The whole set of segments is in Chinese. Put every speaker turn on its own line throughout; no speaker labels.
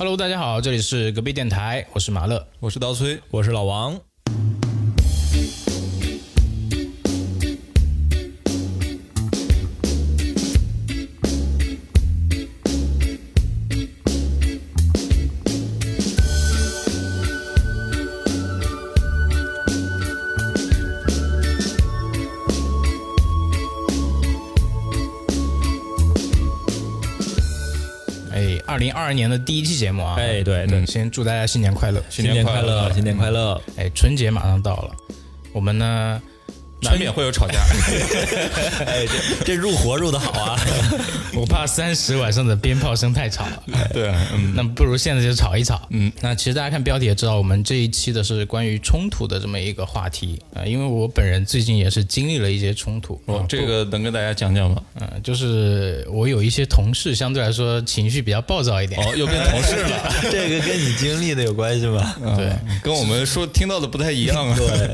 Hello，大家好，这里是隔壁电台，我是马乐，
我是刀崔，我是老王。
哎，二零二二年的第一期节目啊，
哎对对
嗯先祝大家新年快乐，
新年快乐，嗯新年快乐！
哎，春节马上到了，我们呢，
难免会有 吵架。哎，这这入活入的好啊！
我怕三十晚上的鞭炮声太吵了，
对， 嗯，
那不如现在就吵一吵。嗯，那其实大家看标题也知道，我们这一期的是关于冲突的这么一个话题啊、呃因为我本人最近也是经历了一些冲突，
哦
我哦这个能跟大家讲讲吗？
嗯、就是我有一些同事相对来说情绪比较暴躁一点，
哦，又变同事 了，
这个跟你经历的有关系吗？
对，
嗯跟我们说听到的不太一样啊。
对，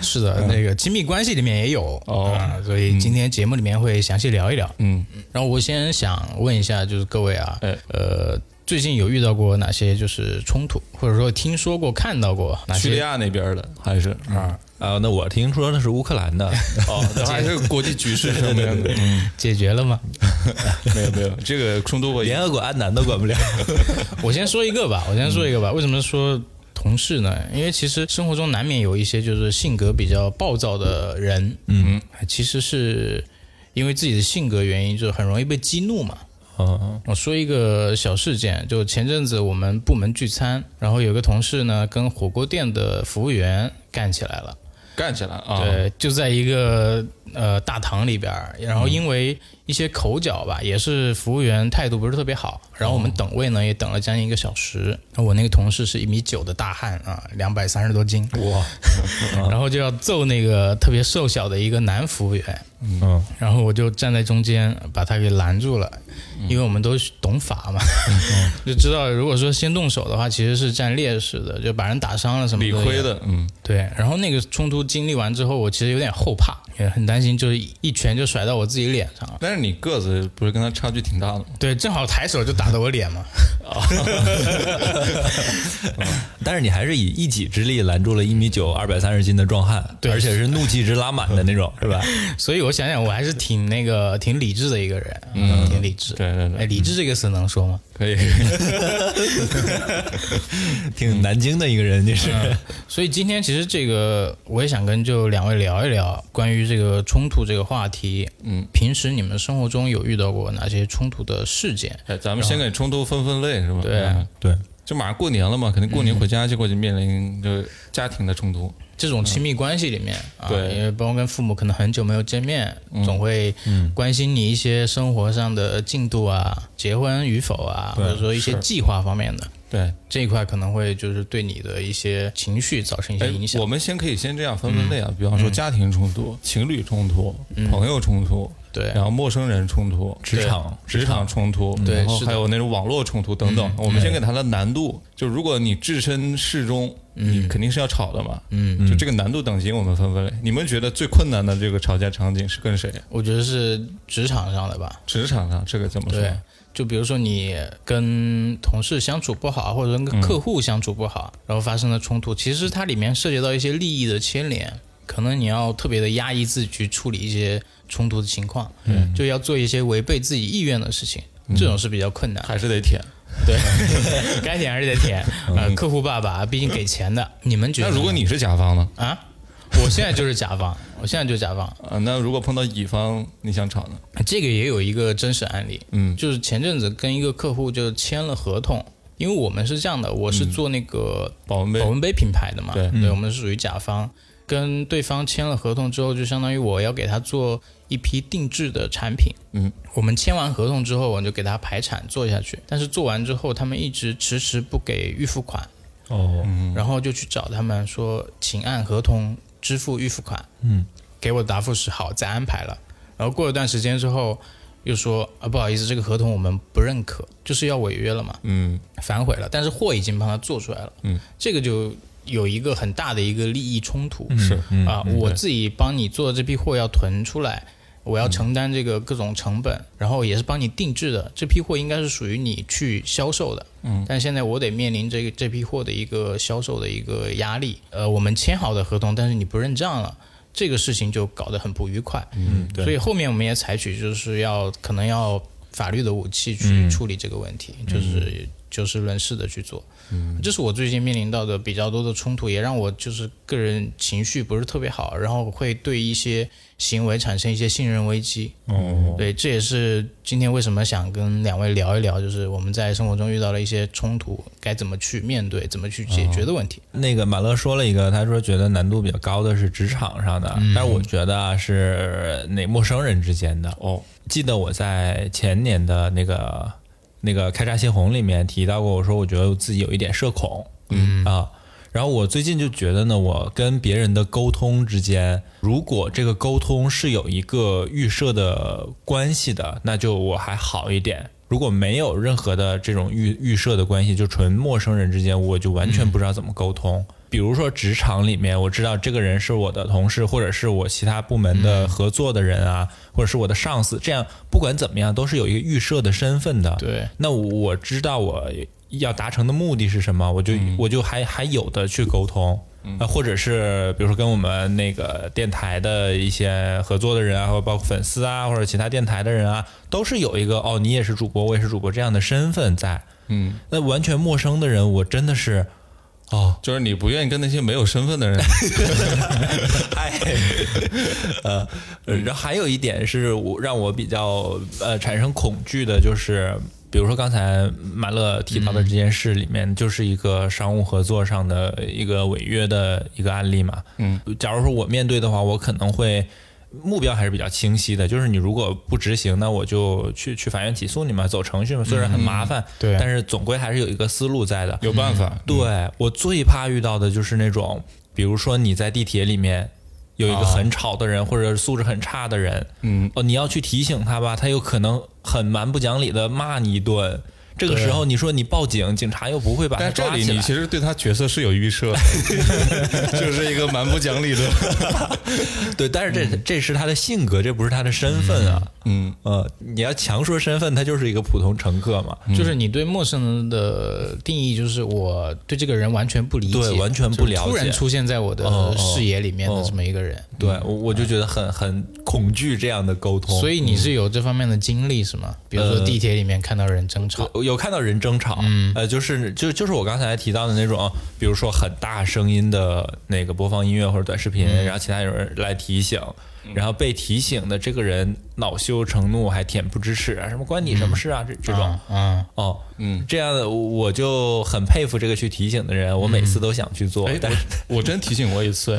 是的，那个亲密关系里面也有
嗯哦
啊所以今天节目里面会详细聊一聊。
嗯，
然后我先想问一下，就是各位啊
哎，
呃，最近有遇到过哪些就是冲突，或者说听说过、看到过哪
叙利
些？
亚那边的还是啊？
啊，那我听说那是乌克兰的，
哦，那还是国际局势什么样的？嗯
解决了吗？
没有没有，这个冲突我
联合国安南都管不了。
我先说一个吧，我先说一个吧。
嗯
为什么说同事呢？因为其实生活中难免有一些就是性格比较暴躁的人，嗯，其实是因为自己的性格原因，就很容易被激怒嘛。
哦
嗯，
我哦说一个小事件，就前阵子我们部门聚餐，然后有个同事呢跟火锅店的服务员干起来了。
干起来啊！
对，就在一个呃大堂里边儿，然后因为一些口角吧，也是服务员态度不是特别好，然后我们等位呢也等了将近一个小时。我那个同事是一米九的大汉啊，两百三十多斤，
哇，
然后就要揍那个特别瘦小的一个男服务员，
嗯，
然后我就站在中间把他给拦住了，
嗯
因为我们都懂法嘛， 就知道如果说先动手的话，其实是占劣势的，就把人打伤了什么
理亏
的。
的，嗯，
对，然后那个冲突经历完之后，我其实有点后怕，也很担心，就是一拳就甩到我自己脸上了。
但是你个子不是跟他差距挺大的吗？
对，正好抬手就打到我脸嘛。
但是你还是以一己之力拦住了一米九、二百三十斤的壮汉，
对
而且是怒气值拉满的那种， 是吧？
所以我想想，我还是挺那个挺理智的一个人，嗯，挺理智。
对对对
哎，理智这个词能说吗？
可以，
挺南京的一个人，你是
嗯
所以今天其实这个我也想跟就两位聊一聊关于这个冲突这个话题。
嗯，
平时你们生活中有遇到过哪些冲突的事件？
哎，咱们先给冲突分分类是吧？
对啊嗯
嗯
对，
就马上过年了嘛，肯定过年回家就会就面临就家庭的冲突。
这种亲密关系里面啊，
对嗯
因为包括跟父母可能很久没有见面，总会关心你一些生活上的进度啊、结婚与否啊，或者说一些计划方面的
对，
这一块，可能会就是对你的一些情绪造成一些
哎
影，响嗯
我。们先可以先这样分分类啊，比方说家庭冲突、情侣冲突、朋友冲突，
对
然后陌生人冲突、
职场
职场冲突，
对
然后
是的嗯
还有那种网络冲突等等。我们先给它的难度，就如果你置身事中，
嗯
你肯定是要吵的嘛。嗯，就这个难度等级我们分分类。你们觉得最困难的这个吵架场景是跟谁？
我觉得是职场上的吧，
职场上这个怎么说？
对，就比如说你跟同事相处不好，或者
嗯
跟客户相处不好，然后发生了冲突，其实它里面涉及到一些利益的牵连，可能你要特别的压抑自己去处理一些冲突的情况，嗯，就要做一些违背自己意愿的事情，
嗯
这种是比较困 难的。
还是得舔。
对，该舔还是得 舔。呃，客户爸爸毕竟给钱的，你们觉得
那
呢？
如果你是甲方呢？
啊，我现在就是甲方，我现在就是甲方，
啊，那如果碰到乙方，你想吵呢？
这个也有一个真实案例，
嗯
就是前阵子跟一个客户就签了合同，因为我们是这样的，我是做那个
保温杯
保温杯品牌的嘛，
嗯对嗯
我们是属于甲方，跟对方签了合同之后，就相当于我要给他做一批定制的产品，
嗯，
我们签完合同之后，我就给他排产做下去，但是做完之后，他们一直迟迟不给预付款，
哦，
嗯
然后就去找他们说，请按合同支付预付款。
嗯，
给我的答复是好，再安排了。然后过了段时间之后，又说啊不好意思，这个合同我们不认可，就是要违约了嘛，
嗯，
反悔了。但是货已经帮他做出来了，
嗯，
这个就有一个很
嗯
大的一个利益冲突，
嗯
是
啊，我自己帮你做这批货要囤出来，我要承担这个各种成本，然后也是帮你定制的。这批货应该是属于你去销售的，嗯，但现在我得面临这个这批货的一个销售的一个压力。呃，我们签好的合同，但是你不认账了。这个事情就搞得很不愉快，嗯，
对
所以后面我们也采取就是要可能要法律的武器去处理这个问题，就是就事论事的去做，嗯，这是我最近面临到的比较多的冲突，也让我就是个人情绪不是特别好，然后会对一些行为产生一些信任危机，
哦，
对，这也是今天为什么想跟两位聊一聊，就是我们在生活中遇到了一些冲突，该怎么去面对，怎么去解决的问题，
那个马乐说了一个，他说觉得难度比较高的是职场上的，
嗯
但是我觉得啊是那陌生人之间的。
哦，
记得我在前年的那个那个开闸泄洪里面提到过，我说我觉得自己有一点社恐，嗯啊，然后我最近就觉得呢，我跟别人的沟通之间，如果这个沟通是有一个预设的关系的，那就我还好一点。如果没有任何的这种预预设的关系，就纯陌生人之间，我就完全不知道怎么沟通。比如说职场里面，我知道这个人是我的同事，或者是我其他部门的合作的人啊，或者是我的上司，这样不管怎么样，都是有一个预设的身份的。
对，
那我知道我要达成的目的是什么，我就、我就还还有的去沟通。啊，或者是比如说跟我们那个电台的一些合作的人啊，或者包括粉丝啊，或者其他电台的人啊，都是有一个哦，你也是主播，我也是主播这样的身份在。
嗯，
那完全陌生的人，我真的是哦，
就是你不愿意跟那些没有身份的人，
哎，呃，然后还有一点是我让我比较呃产生恐惧的，就是比如说刚才马乐提到的这件事里面，就是一个商务合作上的一个违约的一个案例嘛。
嗯，
假如说我面对的话，我可能会。目标还是比较清晰的，就是你如果不执行，那我就去去法院起诉你嘛，走程序嘛，虽然很麻烦，
对
但是总归还是有一个思路在的。
有办 法，
对我最怕遇到的就是那种，比如说你在地铁里面有一
啊
个很吵的人，或者素质很差的人，
嗯，
哦，你要去提醒他吧，他有可能很蛮不讲理的骂你一顿。这个时候你说你报警，警察又不会把他
但这
抓
里
起
你
来。
其实对他角色是有预 设的，就是一个蛮不讲理的，
对，但是这这是他的性格，这不是他的身份啊。
嗯，嗯
呃，你要强说身份，他就是一个普通乘客嘛。
就是你对陌生人的定义，就是我对这个人完全不理解，
对完全不了解
就突然出现在我
哦
的
哦
视野里面的
哦
这么一个人。
对，我我就觉得很很恐惧这样的沟通。
所以你是有这方面的经历是
嗯
吗？比如说地铁里面看到人争吵，
我有看到人争吵，
嗯
呃，就是就就是我刚才提到的那种，比如说很大声音的那个播放音乐或者短视频，
嗯
然后其他有人来提醒，然后被提醒的这个人恼羞成怒，还恬不知耻啊，什么关你什么事啊，这这种，
嗯，
哦，嗯，这样的我就很佩服这个去提醒的人，我每次都想去做，
哎啊
但是
我真提醒过一次，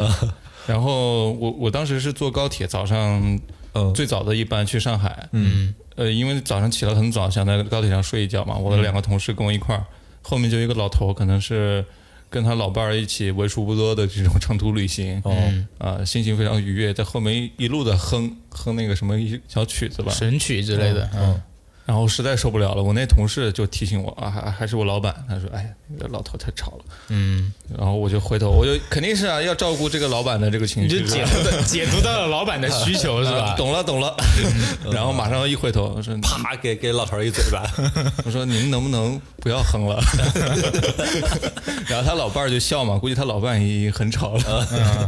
然后我我当时是坐高铁，早上
嗯
最早的一班去上海，嗯，呃，因为早上起得很早，想在高铁上睡一觉嘛。
嗯
我的两个同事跟我一块儿，后面就一个老头，可能是跟他老伴儿一起为数不多的这种长途旅行，哦，啊，心情非常愉悦，在后面一一路的哼哼那个什么一小曲
嗯
子吧，
神曲之类
哦
的，嗯，
然后实在受不了了，我那同事就提醒我啊，还还是我老板，他说：“哎呀，那个老头太吵了。”嗯，然后我就回头，我就肯定是啊，要照顾这个老板的这个情绪，
你就是解
吧
读的 解读到了老板的需求是
啊
吧？嗯
懂了懂了。 然后马上一回头，我说
啪给给老头一嘴巴，
我说您能不能不要哼了？然后他老伴儿就笑嘛，估计他老伴也很吵了。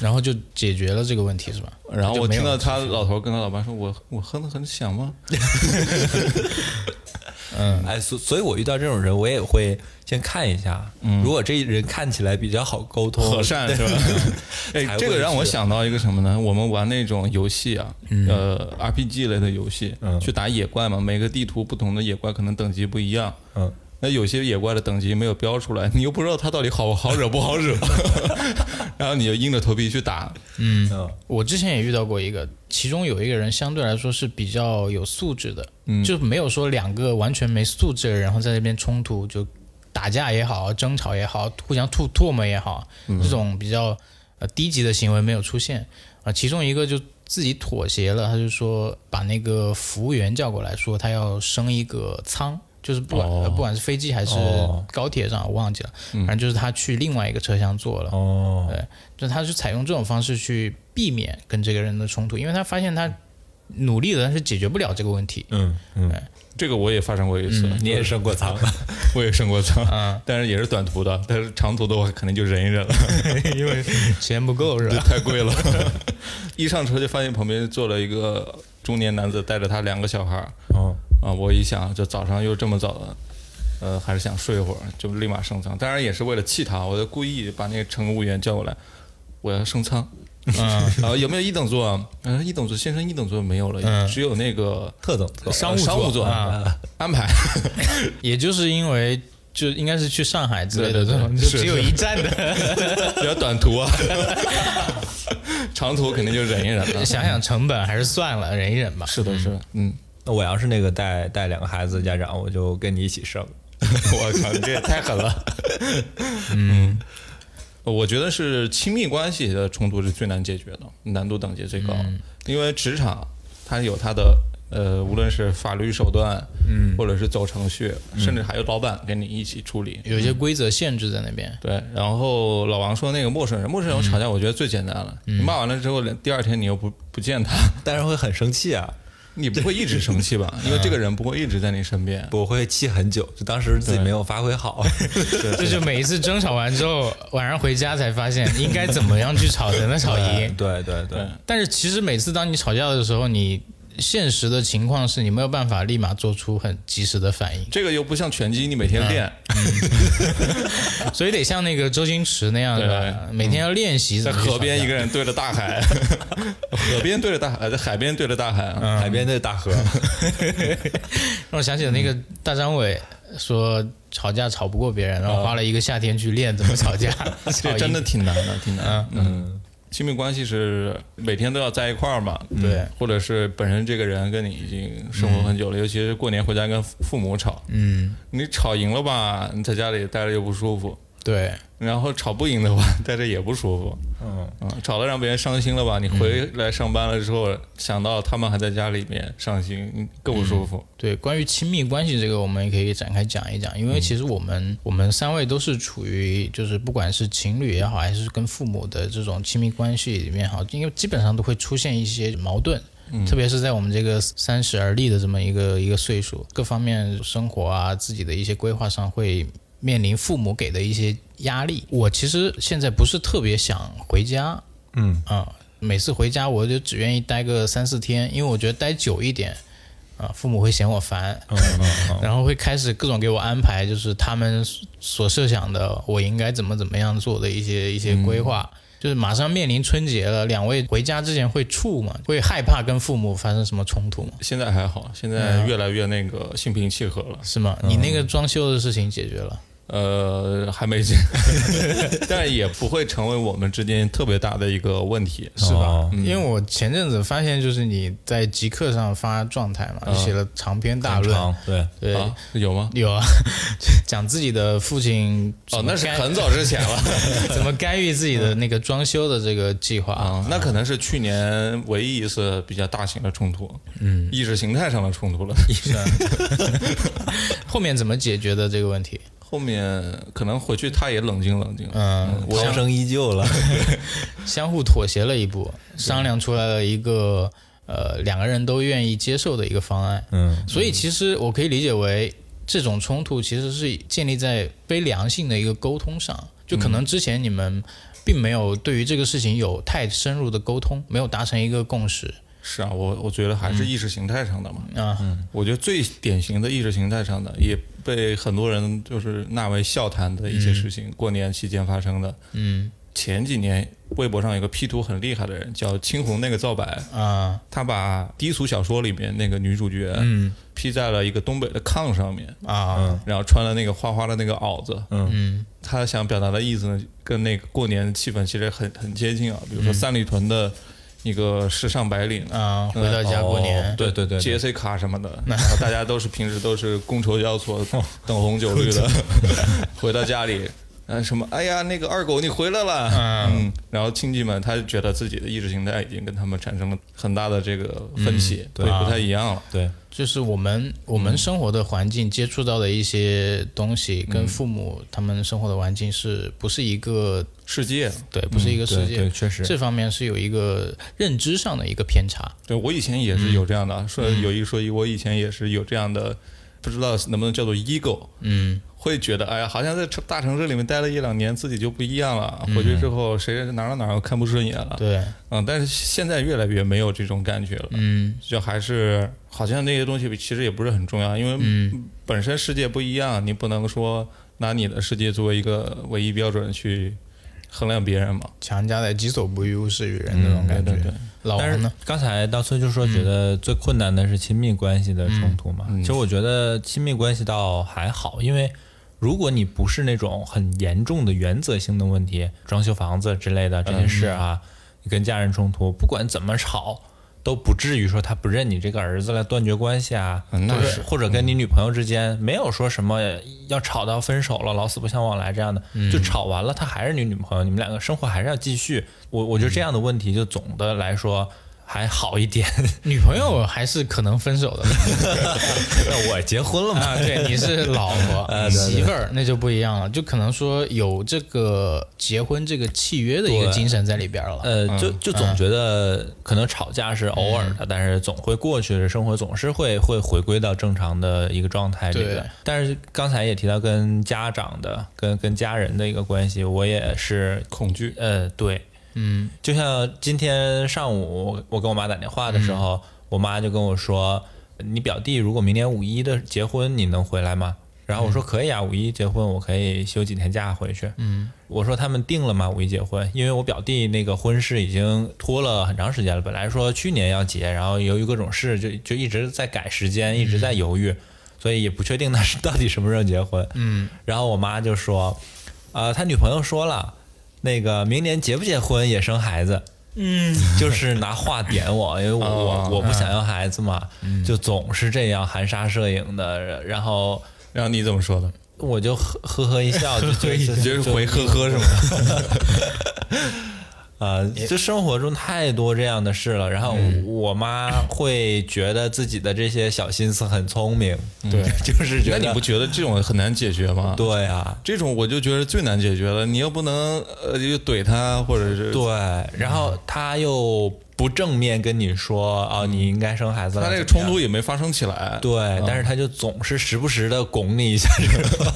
然后就解决了这个问题是吧？
然后我
就没有
听到他老头跟他老伴说：“我我哼的很响吗？” 嗯
哎，所所以，我遇到这种人，我也会先看一下，如果这人看起来比较好沟通、
嗯和善是吧？哎，这个让我想到一个什么呢？我们玩那种游戏啊，呃，RPG 类的游戏，去打野怪嘛，每个地图不同的野怪可能等级不一样，
嗯。
那有些野怪的等级没有标出来，你又不知道它到底好好惹不好惹， 然后你就硬着头皮去打，
嗯
我之前也遇到过一个，其中有一个人相对来说是比较有素质的，嗯，就没有说两个完全没素质的人，然后在那边冲突，就打架也好，争吵也好，互相吐唾沫也好，
嗯
这种比较呃低级的行为没有出现啊、其中一个就自己妥协了，他就说把那个服务员叫过来说他要升一个舱，就是不管、呃
哦
不管是飞机还是
哦
高铁上，我忘记了，反正就是他去另外一个车厢坐了。
哦，
对，就他是采用这种方式去避免跟这个人的冲突，因为他发现他努力了，但是解决不了这个问 题。
嗯嗯，
这个我嗯也发生过一次，
你也升过舱，
我也升过舱，但是也是短途的，但是长途的话肯定就忍一忍了，
因为钱不够是吧？
太贵了。一上车就发现旁边坐了一个中年男子，带着他两个小孩儿
哦，
啊，我一想，就早上又这么早了，呃，还是想睡会儿，就立马升舱。当然也是为了气他，我就故意把那个乘务员叫过来，我要升舱。
嗯，
啊，有没有一等座啊？嗯、一等座，先生一等座没有了，
嗯
只有那个
特等座，
商务商务座
啊
安排。
也就是因为就应该是去上海之类的
对对
这
对
种，就是只有一站的。
比较短途啊，长途肯定就忍一忍了。
想想成本还是算了，忍一忍吧。
是的，是的，嗯，
那我要是那个带带两个孩子的家长，我就跟你一起升。
我靠，你这也太狠了。嗯，我觉得是亲密关系的冲突是最难解决的，难度等级最高，因为职场它有它的。呃，无论是法律手段，嗯，或者是走程序，甚至还有老板跟你一起处理，
有一些规则限制在那边，
对。然后老王说那个陌生人，陌生人吵架，我觉得最简单了。你骂完了之后，连第二天你又不不见他，
但是会很生气啊，
你不会一直生气吧？因为这个人不会一直在你身边。
我会气很久，就当时自己没有发挥好。
这就每一次争吵完之后，晚上回家才发现应该怎么样去吵才能吵 赢。
对对对，
但是其实每次当你吵架的时候，你现实的情况是你没有办法立马做出很及时的反应，
这个又不像拳击，你每天练，
所以得像那个周星驰那样的，每天要练习
在
怎么去
河
吵
边
架
一个人对着大海，河边对着大海，呃在海边对着大海，
海边的大河，
让我想起了那
嗯
个大张伟说吵架吵不过别人，然后花了一个夏天去练怎么吵架，吵
啊 这
赢
真的挺难的， 挺难。嗯，亲密关系是每天都要在一块儿嘛，
对
嗯
或者是本身这个人跟你已经生活很久了，尤其是过年回家跟父母吵，
嗯，
你吵赢了吧，你在家里待着又不舒服。
对，
然后吵不赢的话，待着也不舒服。
嗯
嗯，吵了让别人伤心了吧？你回来上班了之后，想到他们还在家里面伤心，你更不
嗯
舒服。
对，关于亲密关系这个，我们也可以展开讲一讲，因为其实我们、我们三位都是处于就是不管是情侣也好，还是跟父母的这种亲密关系里面也好，因为基本上都会出现一些矛盾。特别是在我们这个三十而立的这么一个一个岁数，各方面生活啊，自己的一些规划上会面临父母给的一些压力。我其实现在不是特别想回家，
嗯
啊，每次回家我就只愿意待个三四天，因为我觉得待久一点啊，父母会嫌我烦，
嗯嗯
然后会开始各种给我安排，就是他们所设想的我应该怎么怎么样做的一些一些
嗯
规划。就是马上面临春节了，两位回家之前会怵吗？会害怕跟父母发生什么冲突吗？
现在还好，现在
嗯
越来越那个心平气和了。
是吗？你那
嗯
个装修的事情解决了，
呃， 还没见，但也不会成为我们之间特别大的一个问题。
哦
是吧？
因为我前阵子发现，就是你在极客上发状态嘛，写了长篇大
很
论，
嗯长对，
对，
啊，有吗？
有啊， 讲自己的父亲
哦
怎，么
那是
干
很嗯早之前了
怎么干预自己的那个装修的这个计划啊。
啊，那可能是去年唯一一次比较大型的冲突，嗯，意识形态上的冲突了。
嗯后面怎么解决的这个问题？
后面可能回去他也冷静冷静，
嗯，
我
涛声依旧了，
嗯
相互妥协了一步，商量出来了一个呃两个人都愿意接受的一个方案。
嗯
所以其实我可以理解为，这种冲突其实是建立在非良性的一个沟通上，就
嗯
可能之前你们并没有对于这个事情有太深入的沟通，没有达成一个共识
是啊，我我觉得还是
嗯
意识形态上的嘛。
啊。
我觉得最典型的意识形态上的，也被很多人就是纳为笑谈的一些事情，过年期间发生的。
嗯
前几年微博上有个 P 图很厉害的人，叫青红那个造版，
啊
他把低俗小说里面那个女主角，嗯，P 在了一个东北的炕上面，
啊
然后穿了那个花花的那个袄子。
嗯
他想表达的意思呢，跟那个过年的气氛其实很很接近啊。比如说三里屯的一个时尚白领，
啊，回到家过年
哦对对对对
JC 卡什么的，然后 大家都是平时都是觥筹交错、灯红酒绿的，回到家里呃，什么？哎呀，那个二狗你回来了，嗯，然后亲戚们他觉得自己的意识形态已经跟他们产生了很大的这个分歧，
嗯对
会不太一样了。
对，
就是我们我
嗯
们生活的环境接触到的一些东西，跟
嗯
父母他们生活的环境是不是一个
世界，
对，不是一个世
嗯对对，
界？
确实，
这方面是有一个认知上的一个偏差。
对我以前也是有这样的，
嗯
说有一说一，我以前也是有这样的，不知道能不能叫做 ego，
嗯，
会觉得哎呀，好像在城大城市里面待了一两年，自己就不一样了。
嗯
回去之后，谁哪儿哪儿看不顺眼了，
对，
啊
嗯，但是现在越来越没有这种感觉了。
嗯
就还是好像那些东西其实也不是很重要，因为本身世界不一样，你不能说拿你的世界作为一个唯一标准去衡量别人嘛。
强加在己所不欲，勿施于人
嗯
那种
对
嗯感觉。
对对，
老
但
王
是
呢？嗯
刚才大崔就说，觉得最困难的是亲密关系的冲突嘛。
嗯嗯
其实我觉得亲密关系倒还好，因为如果你不是那种很严重的原则性的问题，装修房子之类的这些事啊，
嗯
你跟家人冲突，不管怎么吵，都不至于说他不认你这个儿子了，断绝关系啊。
嗯那
或者
是
或者跟你女朋友之间没有说什么要吵到分手了，老死不相往来这样的，就吵完了，她还是你女朋友，你们两个生活还是要继续。我我觉得这样的问题就总的来说还好一点。
女朋友还是可能分 手的
那我结婚了嘛？
啊？对，你是老
啊
婆、媳妇儿，那就不一样了，就可能说有这个结婚这个契约的一个
对
精神在里边了。
呃，就就总觉得可能吵架是偶尔的，但是总会过去的，生活总是会会回归到正常的一个状态里
对
的。但是刚才也提到跟家长的、跟跟家人的一个关系，我也是
恐惧，
呃，对，
嗯，
就像今天上午我跟我妈打电话的时候，我妈就跟我说：“你表弟如果明年五一的结婚，你能回来吗？”然后我说：“可以啊，五一结婚我可以休几天假回去。”嗯，我说他们定了吗？五一结婚，因为我表弟那个婚事已经拖了很长时间了，本来说去年要结，然后由于各种事就就一直在改时间，一直在犹豫，所以也不确定他是到底什么时候结婚。嗯，然后我妈就说：“呃，他女朋友说了。”那个明年结不结婚也生孩子，嗯，就是拿话点我，因为我我我不想要孩子嘛，就总是这样含沙射影的，然后
然后你怎么说的？
我就呵呵呵一笑，就就就
你 就是回呵呵是吗？
啊，就生活中太多这样的事了。然后我妈会觉得自己的这些小心思很聪明，
对，
就是
那
觉
你
得
不觉得这种很难解决吗？
嗯对啊，
这种我就觉得最难解决了。你又不能呃就怼他，或者是
对，然后她又不正面跟你说啊，你应该生孩子了，
他这个
怎么
冲
样
突也没发生起来。
对，但是他就总是时不时的拱你一下，这种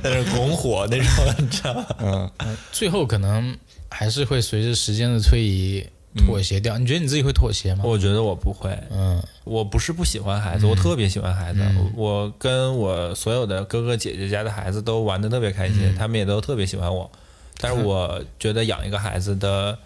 在那拱火那种，你知道吗？
最后可能还是会随着时间的推移妥协掉。你觉得你自己会妥协吗？
我觉得我不会，
嗯
我不是不喜欢孩子，我特别喜欢孩子，我我跟我所有的哥哥姐姐家的孩子都玩的特别开心，他们也都特别喜欢我，但是我觉得养一个孩子的。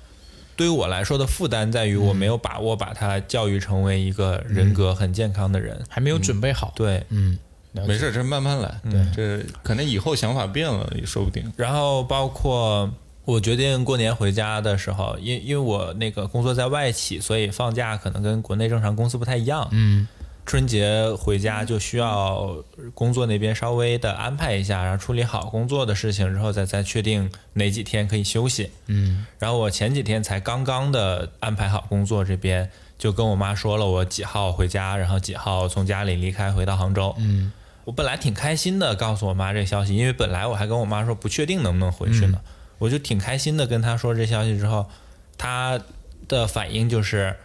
对于我来说的负担在于我没有把握把他教育成为一个人格很健康的人。
还没有准备好。
对，
嗯，了解
没事，这慢慢来。这可能以后想法变了也说不定。
然后包括我决定过年回家的时候，因因为我那个工作在外企，所以放假可能跟国内正常公司不太一样。
嗯
春节回家就需要工作那边稍微的安排一下，然后处理好工作的事情之后再，再确定哪几天可以休息。
嗯
然后我前几天才刚刚的安排好工作这边，就跟我妈说了我几号回家，然后几号从家里离开回到杭州。
嗯
我本来挺开心的，告诉我妈这消息，因为本来我还跟我妈说不确定能不能回去呢，我就挺开心的跟她说这消息之后，她的反应就是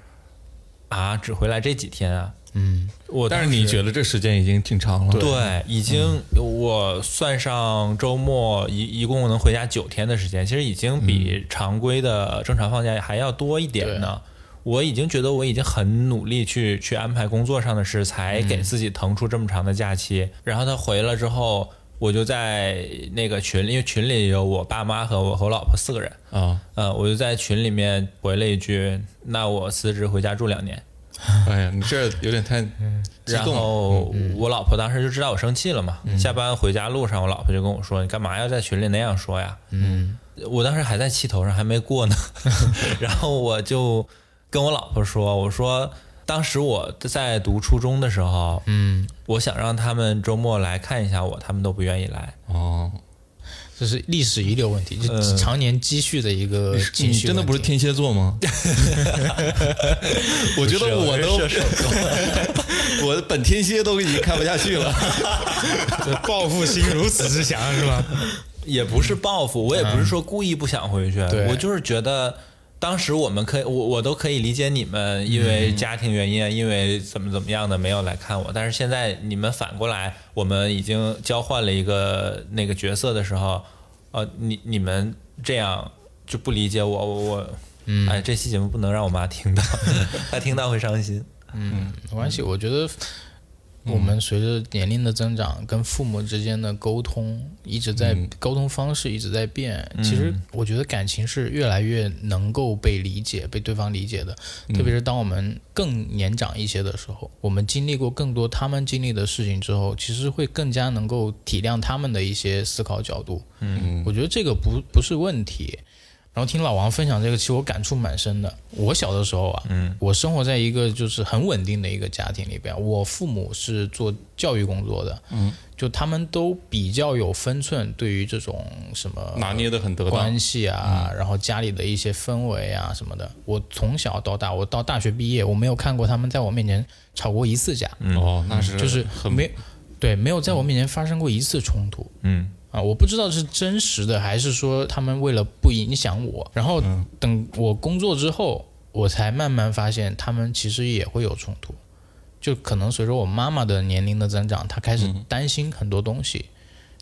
啊，只回来这几天啊，
嗯，
我
但是你觉得这时间已经挺长了，
对，已经、我算上周末一一共能回家九天的时间，其实已经比常规的正常放假还要多一点呢。我已经觉得我已经很努力去去安排工作上的事，才给自己腾出这么长的假期。然后他回了之后，我就在那个群里，因为群里有我爸妈和我和我老婆四个人，
啊，
呃，我就在群里面回了一句：“那我辞职回家住两年。”
哎呀，你这有点太激
然
动嗯了。
后我老婆当时就知道我生气了嘛。下班回家路上，我老婆就跟我说：“你干嘛要在群里那样说呀？”嗯，我当时还在气头上，还没过 呢。 然后我就跟我老婆说：“我说当时我在读初中的时候，嗯，我想让他们周末来看一下我，他们都不愿意来。
哦，
这是历史遗留问题，就
嗯
常年积蓄呃的一个情
呃你
绪问题。
真的 不是天蝎座吗？ 我觉得我都， 我本天蝎都已经看不下去了。
报复心如此之强，是吧？
也不是报复，我也不是说故意不想回去，
对
我就是觉得当时我们可以，我我都可以理解你们因为家庭原因，啊因为怎么怎么样的没有来看我，但是现在你们反过来，我们已经交换了一个那个角色的时候，呃，你你们这样就不理解我，我我。嗯，哎，这期节目不能让我妈听到，她听到会伤心。
没关系，我觉得我们随着年龄的增长，跟父母之间的沟通一直在、沟通方式一直在变。其实我觉得感情是越来越能够被理解、被对方理解的，特别是当我们更年长一些的时候，我们经历过更多他们经历的事情之后，其实会更加能够体谅他们的一些思考角度。嗯，我觉得这个不不是问题。然后听老王分享这个，其实我感触蛮深的。我小的时候啊，嗯，我生活在一个就是很稳定的一个家庭里边，我父母是做教育工作的，嗯，就他们都比较有分寸，对于这种什么
拿捏的很得嗯当，
关系啊，然后家里的一些氛围啊什么的。我从小到大，我到大学毕业，我没有看过他们在我面前吵过一次架，
哦，那是
嗯就是
很
没对没有在我面前发生过一次冲突。
嗯
啊，我不知道是真实的还是说他们为了不影响我，然后
嗯
等我工作之后，我才慢慢发现他们其实也会有冲突，就可能随着我妈妈的年龄的增长，她开始
嗯
担心很多东西，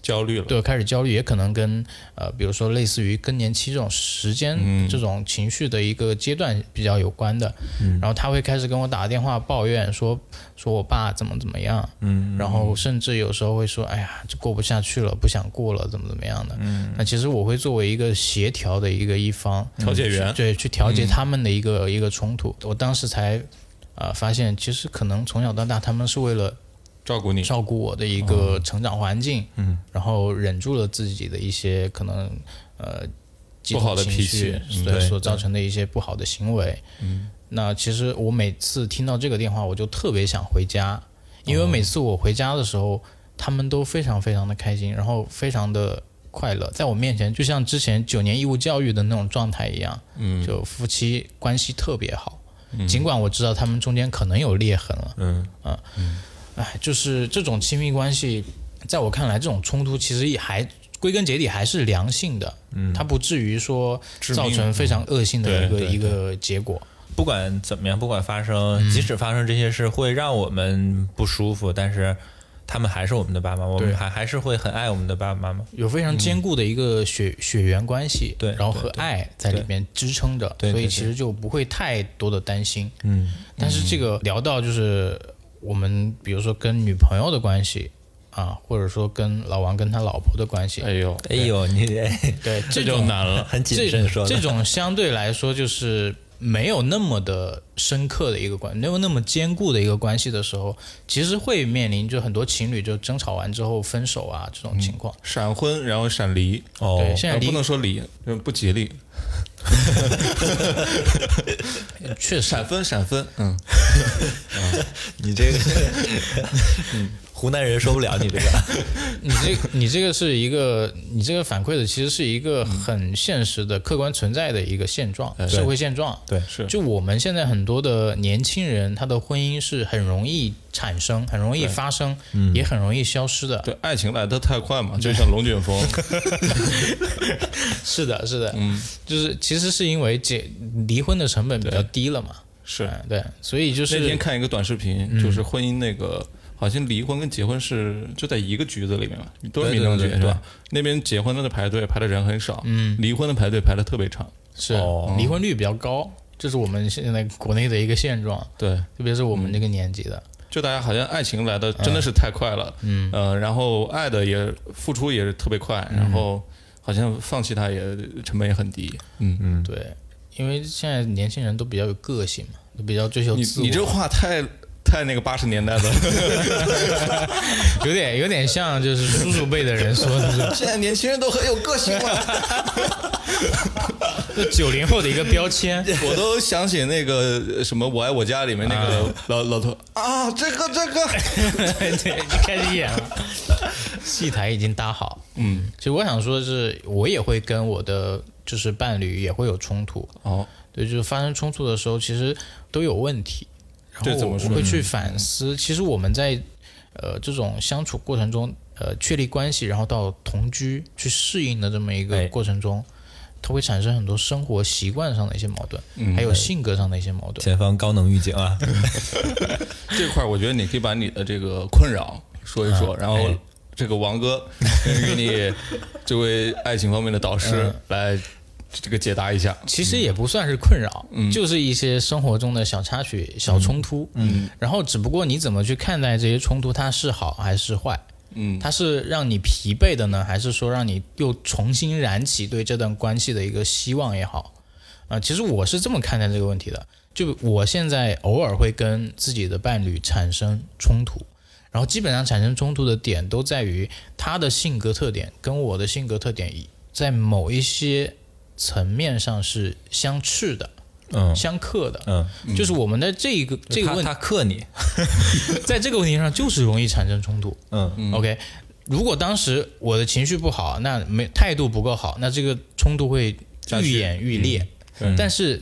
焦虑了。
对，开始焦虑，也可能跟呃，比如说类似于更年期这种时间、
嗯
这种情绪的一个阶段比较有关的。
嗯
然后他会开始跟我打电话抱怨说说我爸怎么怎么样，嗯，然后甚至有时候会说，哎呀，这过不下去了，不想过了，怎么怎么样的。嗯，那其实我会作为一个协调的一个一方，
嗯调解员嗯
去对，去调节他们的一个、一个冲突。我当时才。呃，发现其实可能从小到大，他们是为了
照顾你，
照顾我的一个成长环境，嗯，然后忍住了自己的一些可能呃
不好的
激动情绪
脾气嗯
对
对
所造成的一些不好的行为，嗯，那其实我每次听到这个电话，我就特别想回家，因
哦
为每次我回家的时候，他们都非常非常的开心，然后非常的。快乐在我面前，就像之前九年义务教育的那种状态一样，嗯，就夫妻关系特别好。尽管我知道他们中间可能有裂痕了，啊
嗯，
哎，就是这种亲密关系，在我看来，这种冲突其实也还归根结底还是良性的，嗯，它不至于说造成非
嗯
常恶性的一个
对对
一个结果。
不管怎么样，不管发生，
嗯
即使发生这些事，会让我们不舒服，但是他们还是我们的爸妈，我们
对
还还是会很爱我们的爸爸妈妈。
有非常坚固的一个血、血缘关系，
嗯对
然后和
对对
爱在里面支撑着，
对对
所以
对
其实就不会太多的担心。
嗯，
但是这个聊到就是我们比如说跟女朋友的关系啊，或者说跟老王跟他老婆的关系，
哎呦，
哎呦，你这
对这
这就
种
难了。
很谨慎说
这。
的
这，种相对来说就是没有那么的深刻的一个关，没有那么坚固的一个关系的时候，其实会面临就很多情侣就争吵完之后分手啊这种情况。
闪婚，然后闪离，
嗯哦
对，现在
呃
离
不能说离，就是不吉利。
确实
闪分，闪分，嗯，
你这个，湖南人受不了你 这个。
你这个你这个是一个你这个反馈的其实是一个很现实的客观存在的一个现状，
哎
社会现状。
对
是
就我们现在很多的年轻人，他的婚姻是很容易产生、很容易发生，也很容易消失的。
嗯对，爱情来得太快嘛，就像龙卷风，
是的，是的，嗯，就是其实是因为结离婚的成本比较低了嘛，
是
嗯对，所以就
那天
是
看一个短视频，就是婚姻那个，好像离婚跟结婚是就在一个局子里面嘛，都是民政局
对对对
是吧？那边结婚的排队排的人很少，嗯，离婚的排队排的特别长，
是、
哦
离婚率比较高，这是我们现在国内的一个现状，
对，
特别是我
嗯
们这个年纪的，
就大家好像爱情来的真的是太快了，嗯，呃，然后爱的也付出也是特别快，然后好像放弃它也成本也很低，嗯嗯，
对，因为现在年轻人都比较有个性嘛，都比较追求
你
自我，
你这话太太那个八十年代的，
有点有点像就是叔叔辈的人说的，
现在年轻人都很有个性了，
是九零后的一个标签，
我都想起那个呃什么《我爱我家》里面那 个老老头啊，这个这个。
对，就开始演了，戏台已经搭好。
嗯，
其实我想说的是，我也会跟我的就是伴侣也会有冲突，
哦，
对，就是发生冲突的时候，其实都有问题，然后
这怎
我
么说
我会去反思。其实我们在呃这种相处过程中，呃确立关系，然后到同居去适应的这么一
哎
个过程中，它会产生很多生活习惯上的一些矛盾，
嗯
还
哎
有性格上的一些矛盾。
前方高能预警啊！
这块儿我觉得你可以把你的这个困扰说一说，然后这个王哥给你这位爱情方面的导师来这个解答一下。
其实也不算是困扰，就是一些生活中的小插曲、小冲突。嗯，然后只不过你怎么去看待这些冲突，它是好还是坏？
嗯，
它是让你疲惫的呢，还是说让你又重新燃起对这段关系的一个希望也好？啊、其实我是这么看待这个问题的。就我现在偶尔会跟自己的伴侣产生冲突，然后基本上产生冲突的点都在于他的性格特点跟我的性格特点在某一些层面上是相斥的、
嗯
相克的。
嗯，
就是我们在这一个这个
他
问
他克你，
在这个问题上，就是容易产生冲突。
嗯，
OK，如果当时我的情绪不好，那没态度不够好，那这个冲突会
下去
愈演愈烈。
嗯
但是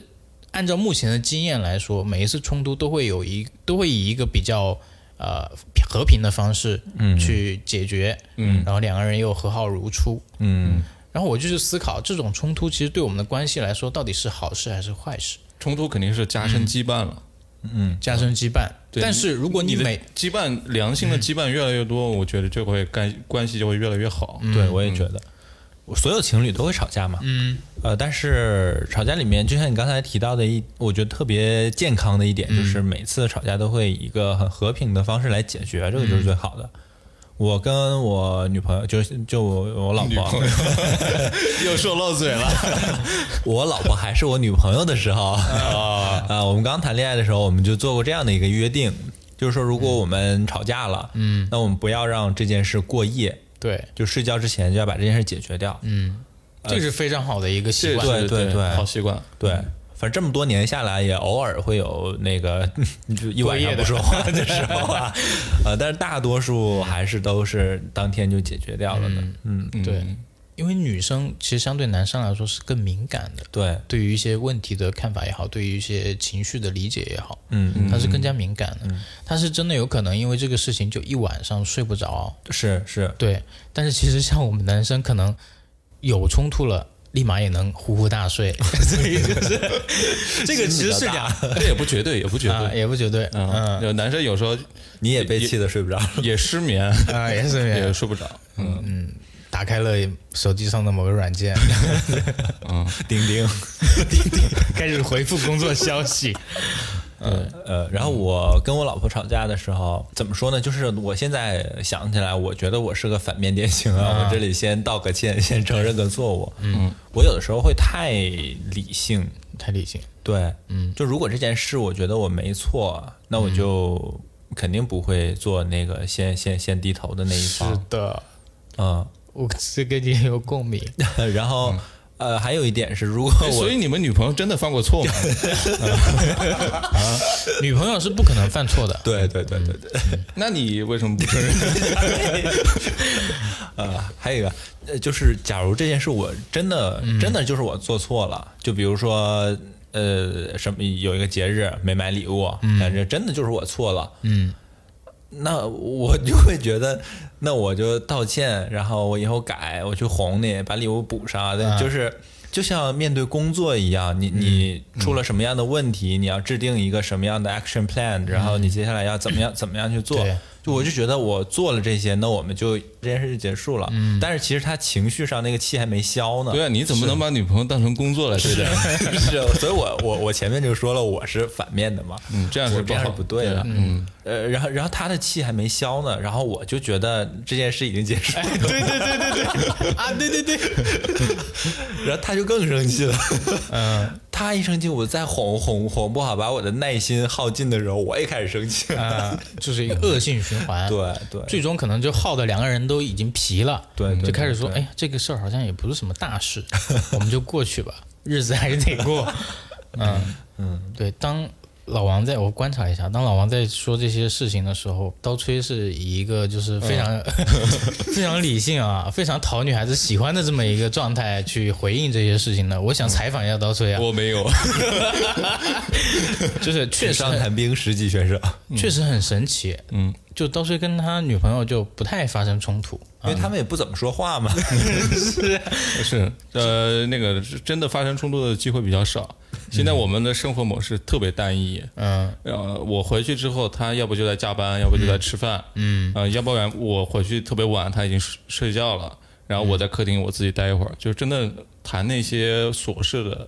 按照目前的经验来说，每一次冲突都会有一都会以一个比较呃和平的方式
嗯
去解决，嗯，然后两个人又和好如初。
嗯，
然后我就去思考，这种冲突其实对我们的关系来说，到底是好事还是坏事？
冲突肯定是加深羁绊了。
加深羁绊。
对
但是如果
你
你
的
每
羁绊良性的羁绊越来越多，我觉得就会关关系就会越来越好。
对我也觉得，所有情侣都会吵架嘛，
嗯
呃，但是吵架里面，就像你刚才提到的一，我觉得特别健康的一点，就是每次吵架都会以一个很和平的方式来解决，这个就是最好的。我跟我女朋友，就是就我我老
女
婆
朋，友又说漏嘴了，
我老婆还是我女朋友的时候 啊、呃我们刚谈恋爱的时候，我们就做过这样的一个约定，就是说，如果我们吵架了，嗯，那我们不要让这件事过夜，
对，
就睡觉之前就要把这件事解决掉。
嗯，这是非常好的一个习
这
惯。
是
对对对
好习惯。
对，反正这么多年下来，也偶尔会有那个 就一晚上不说话的时候啊，呃，但是大多数还是都是当天就解决掉了的。嗯，
嗯
对，因为女生其实相对男生来说是更敏感的，
对，
对于一些问题的看法也好，对于一些情绪的理解也好，
嗯，
她是更加敏感的。她是真的有可能因为这个事情就一晚上睡不着。
是是，
对，但是其实像我们男生可能有冲突了。立马也能呼呼大 睡，所以就是这个其实是两
这哎也不绝对，也不 绝
啊，
对。
也不绝对，
嗯，
嗯
有男生有时候
你也被气得睡不着。
也失眠，
啊，也是没有
也睡不着。嗯，
打开了手机上的某个软件，
钉钉，
开始回复工作消息。
呃，然后我跟我老婆吵架的时候，怎么说呢？就是我现在想起来，我觉得我是个反面典型啊。我这里先道个歉，先承认个错误。嗯，我有的时候会太理性，
太理性，
对，嗯，就如果这件事我觉得我没错，那我就肯定不会做那个先先先低头的那一
是
方，
的，
嗯，
我这跟你也有共鸣。
然后呃，还有一点是，如果
嗯所
我
以你们女朋友真的犯过错吗？
女朋友是不可能犯错的，
对对对对对，
那你为什么不承认？
啊 呃，还有一个呃，就是假如这件事我真的
嗯
真的就是我做错了，就比如说。呃，什么有一个节日没买礼物，反正真的就是我错了，
嗯，
那我就会觉得，那我就道歉，然后我以后改，我去哄你，把礼物补上。
嗯
但就是、就像面对工作一样，你你出
嗯
了什么样的问题，你要制定一个什么样的 action plan，然后你接下来要怎么样、怎么样去做
嗯对。
就我就觉得我做了这些，那我们就这件事就结束了。但是其实他情绪上那个气还没消呢。
对啊，你怎么能把女朋友当成工作来对待？
是，啊所以我我我前面就说了，我是反面的嘛，
嗯这样是
我
不
这样
好
是不对的，嗯，呃，然后然后他的气还没消呢，然后我就觉得这件事已经结束了，
对对对对对，啊，对对对，
然后他就更生气了，嗯， 他一生气，我再哄哄哄不好，把我的耐心耗尽的时候，我也开始生气了，
啊，就是一个恶性循环。
对对
最终可能就耗的两个人都已经疲了，
哎对对
就开始说，
对
哎呀，这个事儿好像也不是什么大事，我们就过去吧，日子还是得过。嗯嗯，对，当老王在我观察一下，当老王在说这些事情的时候，刀吹是以一个就是非常、 非常理性啊，非常讨女孩子喜欢的这么一个状态去回应这些事情的。我想采访一下刀吹啊，
我 没有，
就是确实
伤寒兵十级选手，
确实很神奇，
嗯，
就刀吹跟他女朋友就不太发生冲突，
因为他们也不怎么说话嘛。
是呃，那个是真的发生冲突的机会比较少。现在
嗯
我们的生活模式特别单一，
嗯
呃，我回去之后，他要不就在加班，要不就在吃饭，嗯，呃，要不然我回去特别晚，他已经睡睡觉了，然后我在客厅我自己待一会儿，就真的谈那些琐事的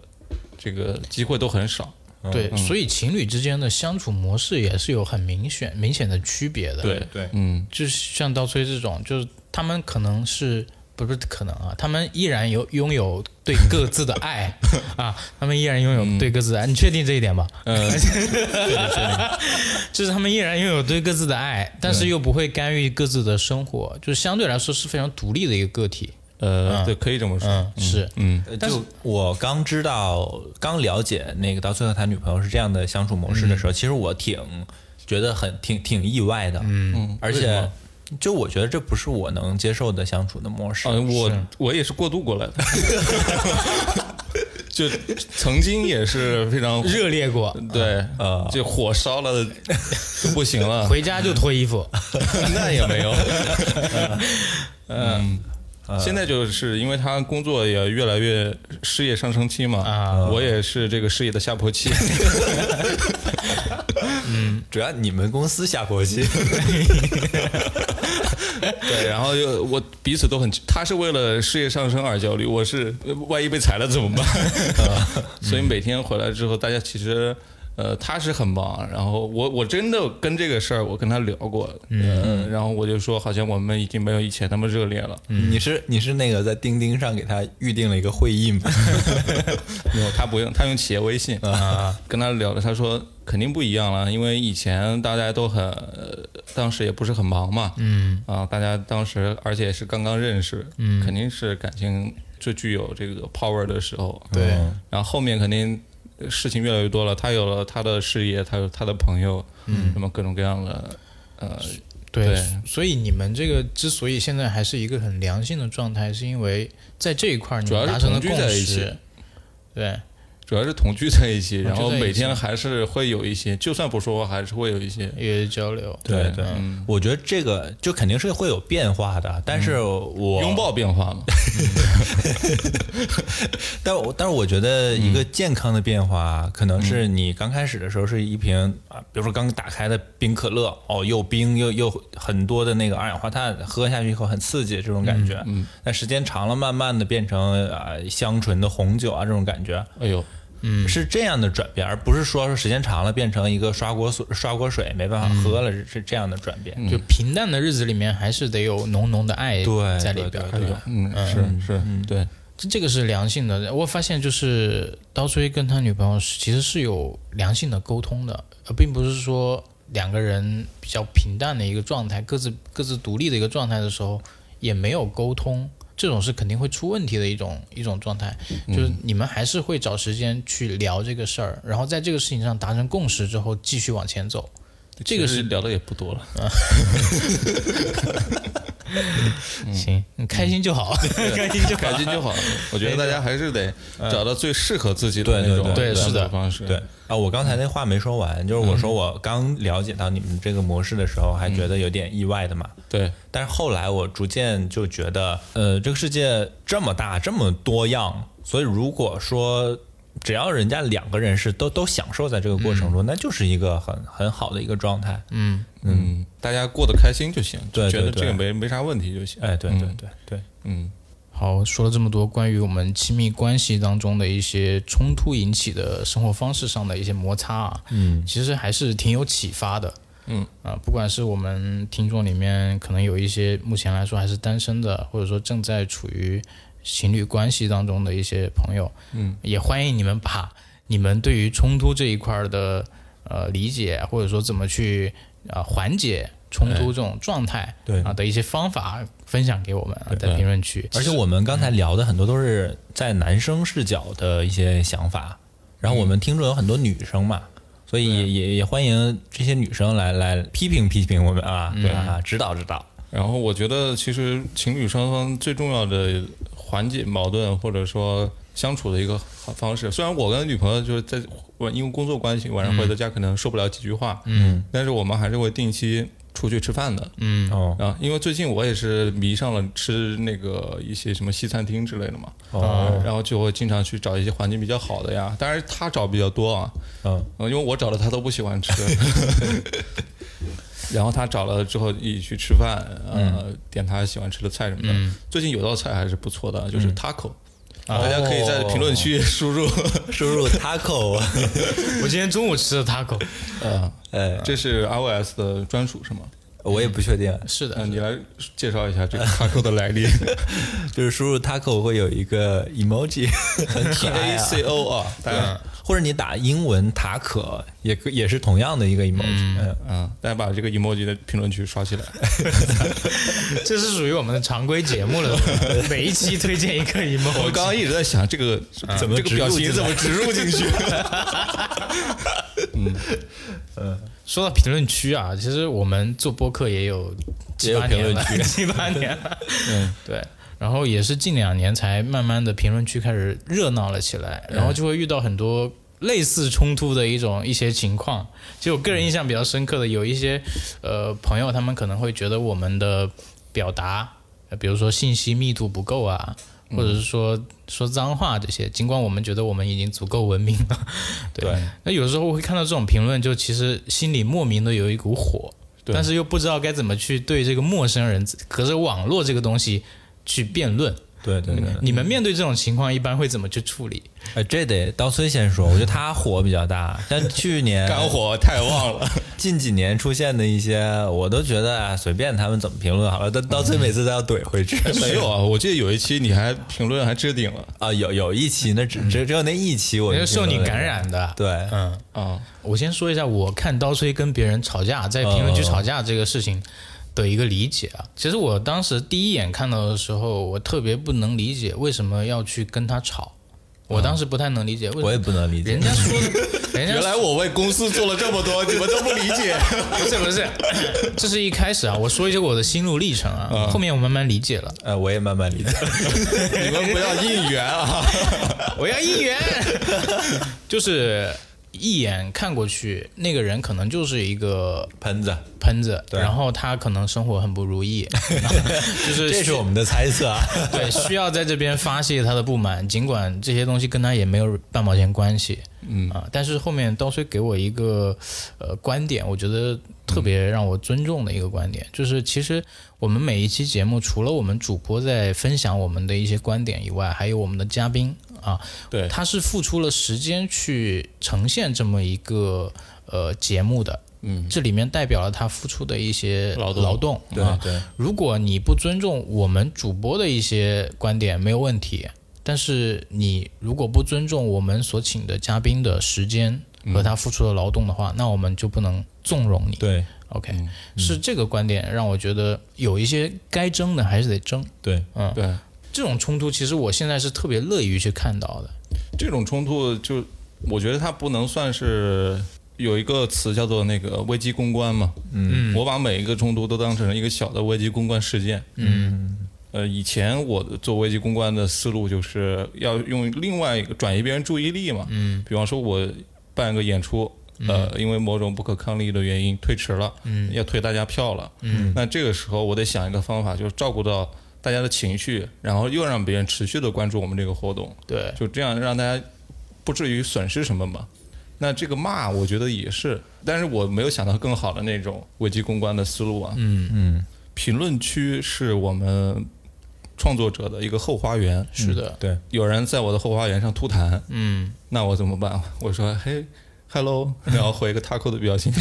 这个机会都很少。
对，
嗯
所以情侣之间的相处模式也是有很明显明显的区别的，
对
对
嗯，
就是像刀崔这种，就是他们可能是不是可能啊？他们依然有拥有对各自的 爱啊，他们依然拥有对各自的爱。你确定这一点吗？
嗯呃，
就是他们依然拥有对各自的爱，但是又不会干预各自的生活，就是相对来说是非常独立的一个个体。
呃，对，可以这么说，
嗯，是，
嗯，
呃就我刚知道、刚了解那个刀崔和他女朋友是这样的相处模式的时候，其实我挺觉得很挺挺意外的，嗯，而且就我觉得这不是我能接受的相处的模式。
啊，我我也是过渡过来的， 就曾经也是非常
热烈过，
对，
啊
就火烧了的都不行了，
回家就脱衣服。
那也没有，嗯。现在就是因为他工作也越来越事业上升期嘛，
啊
我也是这个事业的下坡期，
主要你们公司下国际，
对，然后又我彼此都很，他是为了事业上升而焦虑，我是呃万一被裁了怎么办？ 所以每天回来之后，大家其实呃他是很忙，然后我我真的跟这个事儿我跟他聊过，嗯，然后我就说好像我们已经没有以前那么热烈了，
你是你是那个在钉钉上给他预定了一个会议 吗？
没有，他不用，他用企业微信啊，跟他聊了，他说肯定不一样了，因为以前大家都很，呃当时也不是很忙嘛，嗯，啊，大家当时而且是刚刚认识，嗯，肯定是感情最具有这个 power 的时候，
对
然后后面肯定呃事情越来越多了，他有了他的事业，他有他的朋友，嗯，什么各种各样的，呃，
对
对，
所以你们这个之所以现在还是一个很良性的状态，是因为在这一块儿你
主要
们
是
达成了
同居
共
在一起
识。对，
主要是同居在一起，
同居在一
然
起
后每天还是会有一些，就算不说话，还是会有一些，
也是交流。
对嗯对，我觉得这个就肯定是会有变化的，但是我
拥抱变化嘛，
但我但是我觉得一个健康的变化，可能是你刚开始的时候是一瓶啊，比如说刚打开的冰可乐，哦，又冰又又很多的那个二氧化碳，喝下去以后很刺激这种感觉。嗯，但时间长了，慢慢的变成啊、香醇的红酒啊这种感觉，
哎呦，
嗯，是这样的转变，而不是说是时间长了变成一个刷锅水刷锅水没办法喝了，是是这样的转变。
就平淡的日子里面，还是得有浓浓的爱
对
在里
对
边儿。
对对
嗯，是是，对，
这这个是良性的。我发现就是刀吹跟他女朋友是其实是有良性的沟通的，呃，并不是说两个人比较平淡的一个状态，各自各自独立的一个状态的时候，也没有沟通，这种是肯定会出问题的一种一种状态。就是你们还是会找时间去聊这个事儿，然后在这个事情上达成共识之后，继续往前走。这个
其实
是
聊的也不多 了，
行，你嗯开心就好，开心就好，
开心就好了。我觉得大家还是得找到最适合自己的
对
那种
对对对
相
是
处
的
方式。
对，啊，我刚才那话没说完，就是我说我刚了解到你们这个模式的时候，还觉得有点意外的嘛。
对，
但是后来我逐渐就觉得，呃，这个世界这么大，这么多样，所以如果说只要人家两个人是都都享受在这个过程中，那就是一个很很好的一个状态。
嗯，
嗯，大家过得开心就行，
对对
觉得
对
这个没没啥问题就行。
哎，对对对对，
嗯，
好，说了这么多关于我们亲密关系当中的一些冲突引起的生活方式上的一些摩擦啊，嗯，其实还是挺有启发的，
嗯
啊，不管是我们听众里面可能有一些目前来说还是单身的，或者说正在处于情侣关系当中的一些朋友，嗯，也欢迎你们把你们对于冲突这一块儿的呃理解，或者说怎么去啊、呃缓解冲突这种状态，
对
啊的一些方法分享给我们啊，在评论区，
而且我们刚才聊的很多都是在男生视角的一些想法，然后我们听众有很多女生嘛，所以也也也欢迎这些女生来来批评批评我们啊，
对
啊，指导指导，
然后我觉得，其实情侣双方最重要的缓解矛盾或者说相处的一个好方式，虽然我跟女朋友就是在我因为工作关系，晚上回到家可能说不了几句话，嗯，但是我们还是会定期出去吃饭的，
嗯
哦
啊，因为最近我也是迷上了吃那个一些什么西餐厅之类的嘛，啊
哦，
然后就会经常去找一些环境比较好的呀，当然他找比较多啊，
嗯
嗯，因为我找了他都不喜欢吃，然后他找了之后一起去吃饭，呃，点他喜欢吃的菜什么的。最近有道菜还是不错的，就是 taco，、大家可以在评论区输入，
输入 taco，
我今天中午吃的 taco，
呃，
呃，
这是 iOS 的专属是吗？
我也不确定，
是的
嗯、，你来介绍一下这个 taco 的来历
就是输入 taco 会有一个 emoji，很
，T
可
A
爱啊嗯
C O 啊，大家。
或者你打英文塔可也可也是同样的一个 emoji，嗯，
嗯，大家把这个 emoji 的评论区刷起来。
这是属于我们的常规节目了，每一期推荐一个
我
emo。
刚刚一直在想，这个怎么这个表情怎么植入进去？
说到评论区啊，其实我们做播客也有
也
七
有
八年了
评，嗯
七八年了， 对。然后也是近两年才慢慢的评论区开始热闹了起来，
嗯
然后就会遇到很多类似冲突的一种一些情况。其实我个人印象比较深刻的有一些呃朋友，他们可能会觉得我们的表达，呃比如说信息密度不够啊，
嗯
或者是说说脏话这些，尽管我们觉得我们已经足够文明了， 对。那有时候会看到这种评论，就其实心里莫名的有一股火，
对
但是又不知道该怎么去对这个陌生人，可是网络这个东西去辩论。
对对对，
你们面对这种情况，一般会怎么去处理？
呃，这得当孙先说，我觉得他火比较大，但去年
肝火太旺了。
近几年出现的一些，我都觉得啊，随便他们怎么评论好了，但到最后每次都要怼回去。
没有啊，我记得有一期你还评论还置顶了
啊，有有一期，那只只只有那一期我
那
就
就受你
评论了
感。染的。
对，
嗯，
啊，
我先说一下我看刀吹跟别人吵架，在评论区吵架这个事情的一个理解啊。其实我当时第一眼看到的时候，我特别不能理解为什么要去跟他吵。我当时不太能理解，为什
我也
么
不能理解
人。家说 的，人家
原来我为公司做了这么多，你们都不理解。
不是不 是，这是一开始啊，我说一些我的心路历程
嗯
啊，后面我慢慢理解了。
呃，我也慢慢理解。
你们不要应援啊！
我要一元， 就是一眼看过去，那个人可能就是一个
喷子，
喷子，
对
然后他可能生活很不如意， 就是
这是我们的猜测啊。
对需要在这边发泄他的不满，尽管这些东西跟他也没有半毛钱关系，嗯啊，但是后面刀虽给我一个呃观点，我觉得特别让我尊重的一个观点，就是其实我们每一期节目，除了我们主播在分享我们的一些观点以外，还有我们的嘉宾啊，
对
他是付出了时间去呈现这么一个呃节目的，嗯，这里面代表了他付出的一些
劳动
劳动啊。
对，
如果你不尊重我们主播的一些观点，没有问题。但是你如果不尊重我们所请的嘉宾的时间和他付出的劳动的话，那我们就不能纵容你。
对，
OK，、是这个观点让我觉得有一些该争的还是得争。
对，
嗯，
对，
这种冲突其实我现在是特别乐于去看到的。
这种冲突就我觉得它不能算是有一个词叫做那个危机公关嘛。嗯，我把每一个冲突都当成一个小的危机公关事件。嗯。呃，以前我做危机公关的思路就是要用另外一个转移别人注意力嘛。嗯，比方说我办个演出，呃，因为某种不可抗力的原因推迟了，嗯，要退大家票了，嗯，那这个时候我得想一个方法，就是照顾到大家的情绪，然后又让别人持续的关注我们这个活动，
对，
就这样让大家不至于损失什么嘛。那这个骂，我觉得也是，但是我没有想到更好的那种危机公关的思路啊。
嗯
嗯，评论区是我们创作者的一个后花园，
是的，
对，
有人在我的后花园上吐痰，
嗯，
那我怎么办？我说嘿，hello，然 后回一个 taco 的表情。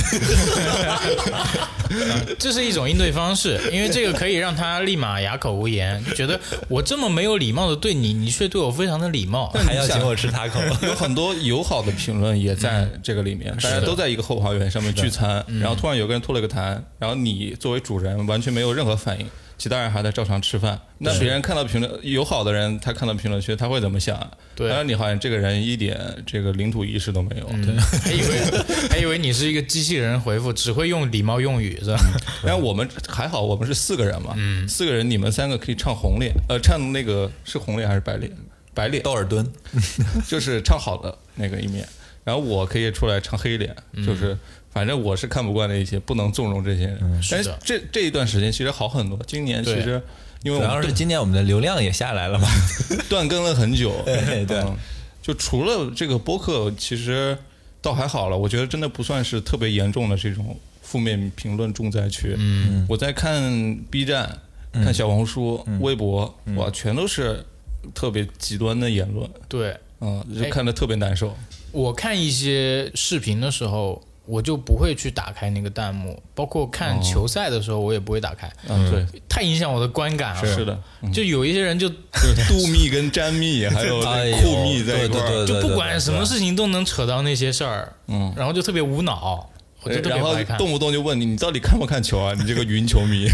这是一种应对方式，因为这个可以让他立马哑口无言，觉得我这么没有礼貌的对你，你却对我非常的礼貌。
还要请我吃 taco。
有很多友好的评论也在
嗯
这个里面，大家都在一个后花园上面聚餐，然后突然有个人吐了个痰，然后你作为主人完全没有任何反应，其他人还在照常吃饭。那别人看到评论，友好的人他看到评论区，他会怎么想啊？
对
当然你好像这个人一点这个领土意识都没有。
嗯，还以为还以为你是一个机器人回复，只会用礼貌用语是吧？
但我们还好，我们是四个人嘛，
嗯
四个人你们三个可以唱红脸，呃，唱那个是红脸还是白脸？白脸
道尔顿，
就是唱好的那个一面，然后我可以出来唱黑脸，就是反正我是看不惯那一些，不能纵容这些人。但
是
是
的
这这一段时间其实好很多，今年其实因为
主
我
要
们
是今年我们的流量也下来了嘛，
断更了很久，
对对
嗯就除了这个播客，其实倒还好了，我觉得真的不算是特别严重的这种负面评论重灾区。嗯，我在看 B 站、看小红书、微博，哇，全都是特别极端的言论，
对，
嗯，就看得特别难受。
我看一些视频的时候，我就不会去打开那个弹幕，包括看球赛的时候，我也不会打开，
嗯，对，
太影响我啊的观感了。
是的，
就有一些人就
就是杜密跟詹密，还有
哎呦
库密在一
对对
块儿
对。
就不管什么事情都能扯到那些事儿，
嗯，
然后就特别无脑，我就特别
然
不
后
爱看。
动不动就问你，你到底看不看球啊？你这个云球迷，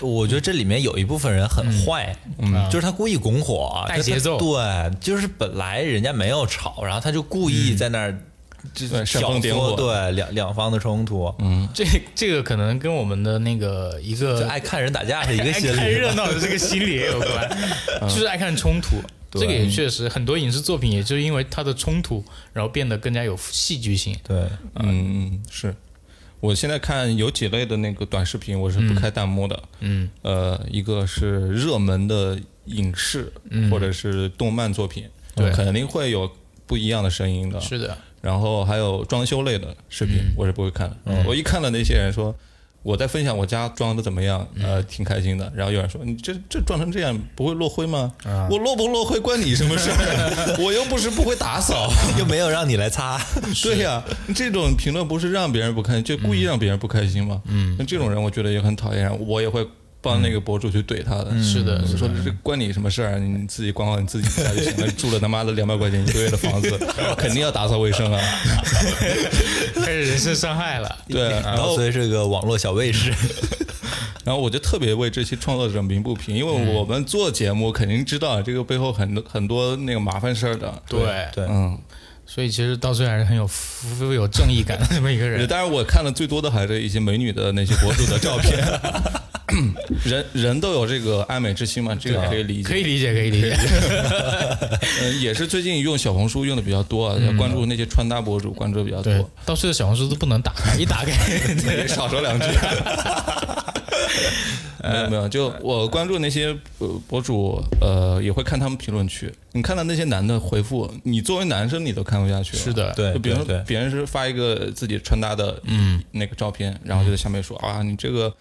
我觉得这里面有一部分人很坏，嗯，就是他故意拱火，
带
就他
节奏
对，就是本来人家没有吵，然后他就故意在那儿就
嗯对煽
挑
风点
唆
火啊
对两两方的冲突，嗯，
这这个可能跟我们的那个一
就
个
爱看人打架 是一个
爱
心
看
理。
热闹的这个心理也有关，就是爱看冲突。这个也确实，很多影视作品也就是因为它的冲突，然后变得更加有戏剧性。
对，
嗯，嗯，是。我现在看有几类的那个短视频，我是不开弹幕的。
嗯，
呃，一个是热门的影视、或者是动漫作品，
对
肯定会有不一样的声音的。
嗯是的，
然后还有装修类的视频，
嗯
我是不会看的。我一看到那些人说我在分享我家装的怎么样，
嗯
呃，挺开心的。然后有人说你这这装成这样不会落灰吗？
啊
我落不落灰关你什么事 儿？我又不是不会打 扫。
又没有让你来擦，
对呀、这种评论不是让别人不开
嗯
心，就故意让别人不开心嘛。嗯，那这种人我觉得也很讨厌，我也会帮那个博主去怼他的。
嗯
嗯
是的，
我说这关你什么事儿？啊你自己管好你自己家就行了。 住了他妈的两百块钱一个月的 房子，肯定要打扫卫生啊。
开始人身伤害了。
对，然
然后
后
所以是个网络小卫士，
然后我就特别为这些创作者鸣不平，因为我们做节目肯定知道这个背后很多很多那个麻烦事儿的。
对，
对
嗯，
所以其实到最后还是很有富有正义感的这么一个人。
当然，我看的最多的还是一些美女的那些博主的照片。 人人都有这个爱美之心嘛，这个可以理解。
可以理解，可以理解。
嗯，也是最近用小红书用的比较多啊，关注那些穿搭博主，关注的比 较
对
多。，
到现在小红书都不能打开，一打开，
也少说两句。没有没有，就我关注那些呃博主，呃，也会看他们评论区。你看到那些男的回复，你作为男生你都看不下去了。
是的
对
就比如
对对
说别人是发一个自己穿搭的嗯那个照片，然后就在下面说啊，你这个。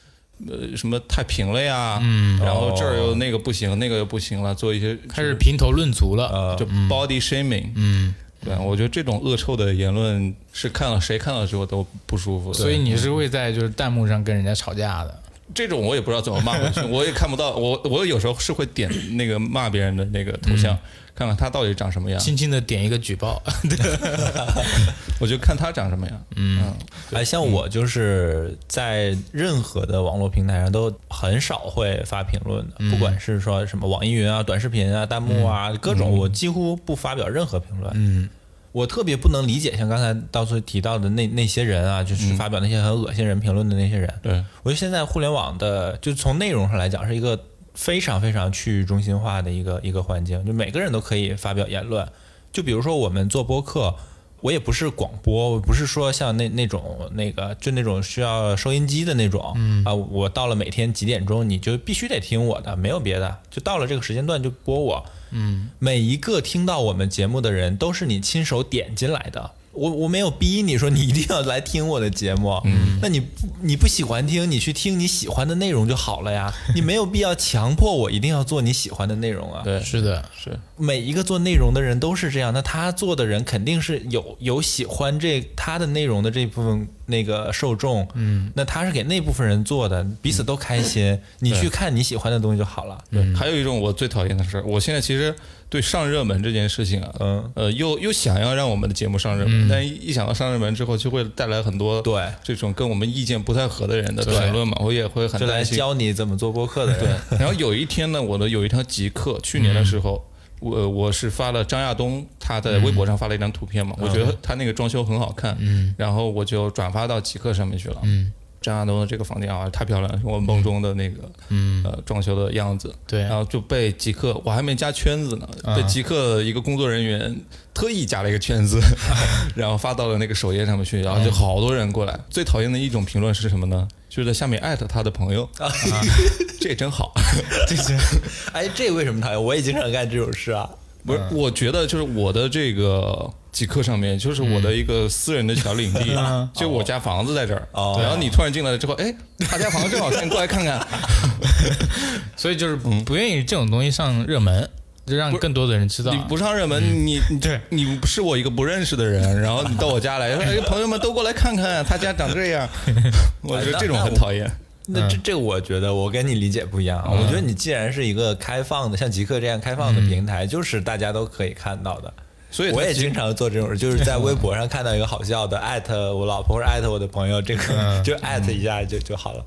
呃，什么太平了呀？嗯，然后这儿又那个不行，那个又不行了，做一些
开始评头论足了。
就 body shaming。嗯，对，我觉得这种恶臭的言论是看了谁看了之后都不舒服的。
所以你是会在就是弹幕上跟人家吵架的。
这种我也不知道怎么骂回去，我也看不到。我我有时候是会点那个骂别人的那个头像，看看他到底长什么样，
轻轻的点一个举报，
我就看他长什么样。嗯，
哎，像我就是在任何的网络平台上都很少会发评论的，不管是说什么网易云啊、短视频啊、弹幕啊、各种，我几乎不发表任何评论。嗯，我特别不能理解，像刚才到处提到的那那些人啊，就是发表那些很恶心人评论的那些人。
对，
我觉得现在互联网的，就从内容上来讲，是一个非常非常去中心化的一个一个环境，就每个人都可以发表言论。就比如说我们做播客，我也不是广播，我不是说像那那种那个，就那种需要收音机的那种、啊。我到了每天几点钟，你就必须得听我的，没有别的，就到了这个时间段就播我。每一个听到我们节目的人都是你亲手点进来的。我我没有逼你说你一定要来听我的节目，嗯，那你不你不喜欢听，你去听你喜欢的内容就好了呀。你没有必要强迫我一定要做你喜欢的内容啊。
对，
是 的，
是
每一个做内容的人都是这样，那他做的人肯定是有有喜欢这他的内容的这部分那个受众，嗯，那他是给那部分人做的，彼此都开心。
嗯
你去看你喜欢的东西就好了。
对。还有一种我最讨厌的事儿，我现在其实对上热门这件事情啊，
嗯，
呃，又又想要让我们的节目上热门，但一一想到上热门之后，就会带来很多
对
这种跟我们意见不太合的人的评论嘛，我也会很
就来
担心。
教你怎么做播客的人，
然后有一天呢，我的有一条极客，去年的时候，我呃我是发了张亚东他在微博上发了一张图片嘛，我觉得他那个装修很好看，嗯，然后我就转发到极客上面去了，嗯，张亚东的这个房间啊太漂亮了，是我梦中的那个，嗯，呃，装修的样子，
对
然后就被极客，我还没加圈子呢，被极客一个工作人员特意加了一个圈 子，然后发到了那个首页上面去，然后就好多人过来。最讨厌的一种评论是什么呢？就是在下面艾特他的朋友，啊、 这也真好。
这是， 哎，这为什么讨厌？我也经常干这种事啊。
不是，我觉得就是我的这个极客上面，就是我的一个私人的小领地， 就我家房子在这儿。
嗯哦
然后你突然进来了之后，哎，他家房子正好看，你过来 看看。
所以就是不愿意这种东西上热门，就让更多的人知道
你。不上热
嗯
门，你你
对
你是我一个不认识的人，然后你到我家 来，说哎，朋友们都过来看看，他家长这样，我觉得这种很讨厌。
哎那这这，我觉得我跟你理解不一样啊。
嗯
我觉得你既然是一个开放的，像极客这样开放的平台，就是大家都可以看到的。
所以
我也
他其实
经常做这种事，就是在微博上看到一个好笑的，艾特我老婆或者艾特我的朋友，这个就艾特一下就就好了。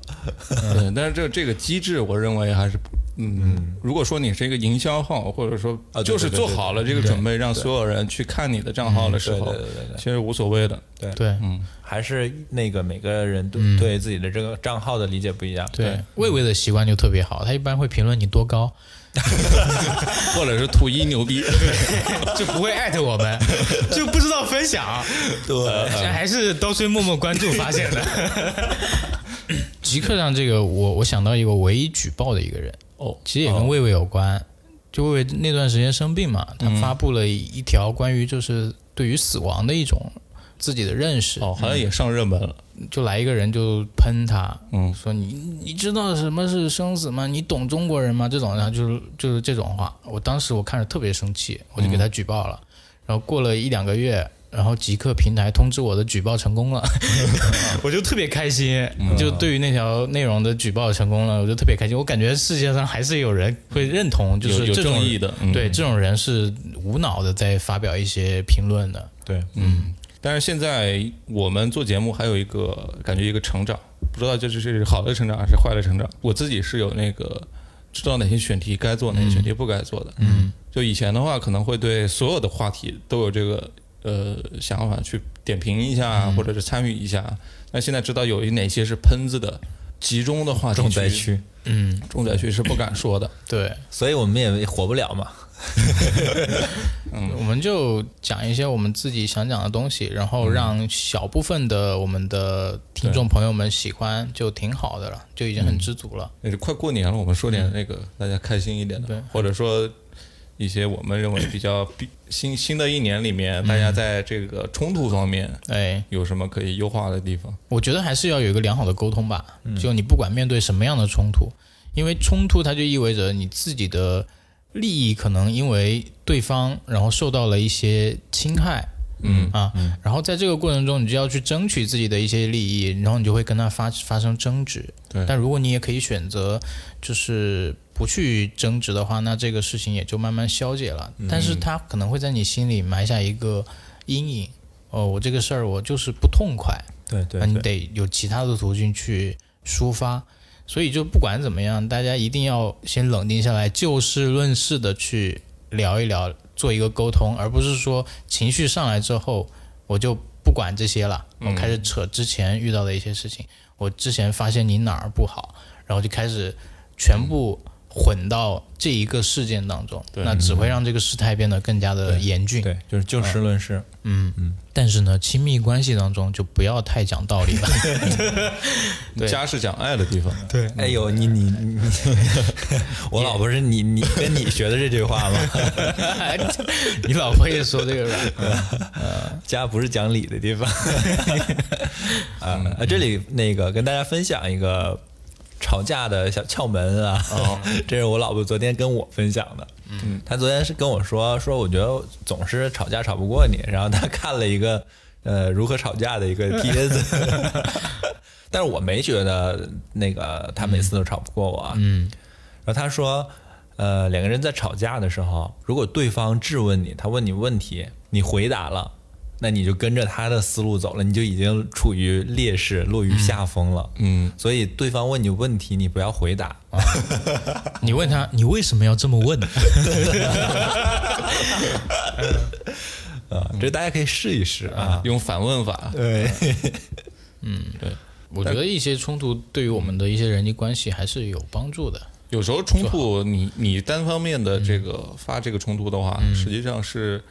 嗯，但是这这个机制，我认为还是不嗯，如果说你是一个营销号，或者说
啊对
就是
对对嗯
做好了这个准备，让所有人去看你的账号的时候
对哦对对对，
其实无所谓的。
对，
对
还是那个每个人对对自己的这个账号的理解不一样。
对，魏魏的习惯就特别好，他一般会评论你多高，
或者是图一牛 逼，
就不会艾特我们， 呃就不知道分享。
对，
还是都是默默关注发现 的。极客上这个，我我想到一个唯一举报的一个人哦，其实也跟魏魏有关。就魏魏那段时间生病嘛，他发布了一条关于就是对于死亡的一种自己的认识。
哦，好像也上热门了。
就来一个人就喷他，
嗯
说你你知道什么是生死吗？你懂中国人吗？这种，然后就是就是这种话，我当时我看着特别生气，我就给
嗯
他举报了。然后过了一两个月，然后极客平台通知我的举报成功 了，我就特别开心，
嗯
就对于那条内容的举报成功了，我就特别开心。我感觉世界上还是有人会认同，就
有
是
有
这种
正义的嗯
对这种人是无脑的在发表一些评论的，
对，
但是现在我们做节目还有一个感觉一个成长，不知道这是好的成长还是坏的成长。我自己是有那个知道哪些选题该做，哪些选题不该做的。嗯，就以前的话，可能会对所有的话题都有这个呃想法去点评一下，或者是参与一下。那现在知道有哪些是喷子的集中的话题
重灾
区，
区，
嗯，
重灾区是不敢说的。
对。
所以我们也火不了嘛。
我们就讲一些我们自己想讲的东西，然后让小部分的我们的听众朋友们喜欢，就挺好的了，就已经很知足了。
也是快过年了，我们说点那个大家开心一点
对
的，或者说一些我们认为比较比新新的一年里面，大家在这个冲突方面
哎，
有什么可以优化的地方？
我觉得还是要有一个良好的沟通吧。
嗯
就你不管面对什么样的冲突，因为冲突它就意味着你自己的利益可能因为对方然后受到了一些侵害，
嗯
啊，然后在这个过程中，你就要去争取自己的一些利益，然后你就会跟他发发生争执。
对
但如果你也可以选择，就是不去争执的话，那这个事情也就慢慢消解了。
嗯
但是他可能会在你心里埋下一个阴影。哦，我这个事儿我就是不痛快，
对对
那你得有其他的途径去抒发。所以就不管怎么样，大家一定要先冷静下来，就事论事的去聊一聊，做一个沟通，而不是说情绪上来之后我就不管这些了，
嗯
我开始扯之前遇到的一些事情，我之前发现你哪儿不好，然后就开始全部混到这一个事件当中，那只会让这个事态变得更加的严峻。
对，就是就事论事。
但是呢，亲密关系当中就不要太讲道理了。对
家是讲爱的地方，
对，
哎呦，你你你， 我老婆是你你跟你学的这句话吗？
你老婆也说这个吧？
家不是讲理的地方。 啊、啊这里那个跟大家分享一个吵架的小窍门啊， 这是我老婆昨天跟我分享的。嗯，她昨天是跟我说说，我觉得总是吵架吵不过你，然后她看了一个呃如何吵架的一 个帖子，但是我没觉得那个她每次都吵不过我。嗯，然后她说。呃，两个人在吵架的时候，如果对方质问你，他问你问题，你回答了，那你就跟着他的思路走了，你就已经处于劣势，落于下风了。
嗯，
所以对方问你问题，你不要回答。
你问他，你为什么要这么问？
这大家可以试一试啊。
用反问法，
对，
我觉得一些冲突对于我们的一些人际关系还是有帮助的。
有时候冲突你你单方面的这个发这个冲突的话，实际上是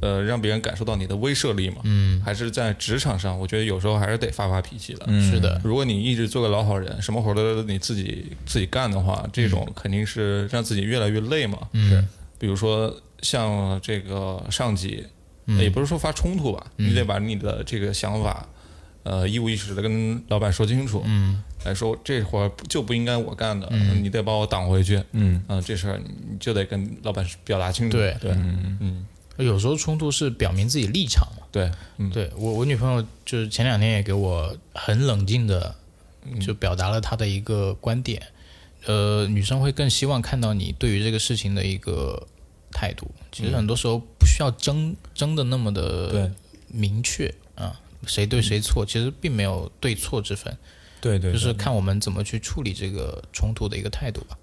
呃让别人感受到你的威慑力嘛。嗯，还是在职场上，我觉得有时候还是得发发脾气的。
是的，
如果你一直做个老好人，什么活儿都你自己自己干的话，这种肯定是让自己越来越累嘛。
嗯，
比如说像这个上级，也不是说发冲突吧，你得把你的这个想法，呃，一五一十的跟老板说清楚。嗯，来说这活儿就不应该我干的，你得把我挡回去。嗯，啊，这事儿你就得跟老板表达清楚。
对
对嗯
有时候冲突是表明自己立场嘛。
对，嗯，
对我，我女朋友就是前两天也给我很冷静的就表达了她的一个观点，呃，女生会更希望看到你对于这个事情的一个态度。其实很多时候不需要争争的那么的
对
明确啊，谁对谁
嗯
错，其实并没有对错之分，
对对，
就是看我们怎么去处理这个冲突的一个态度吧。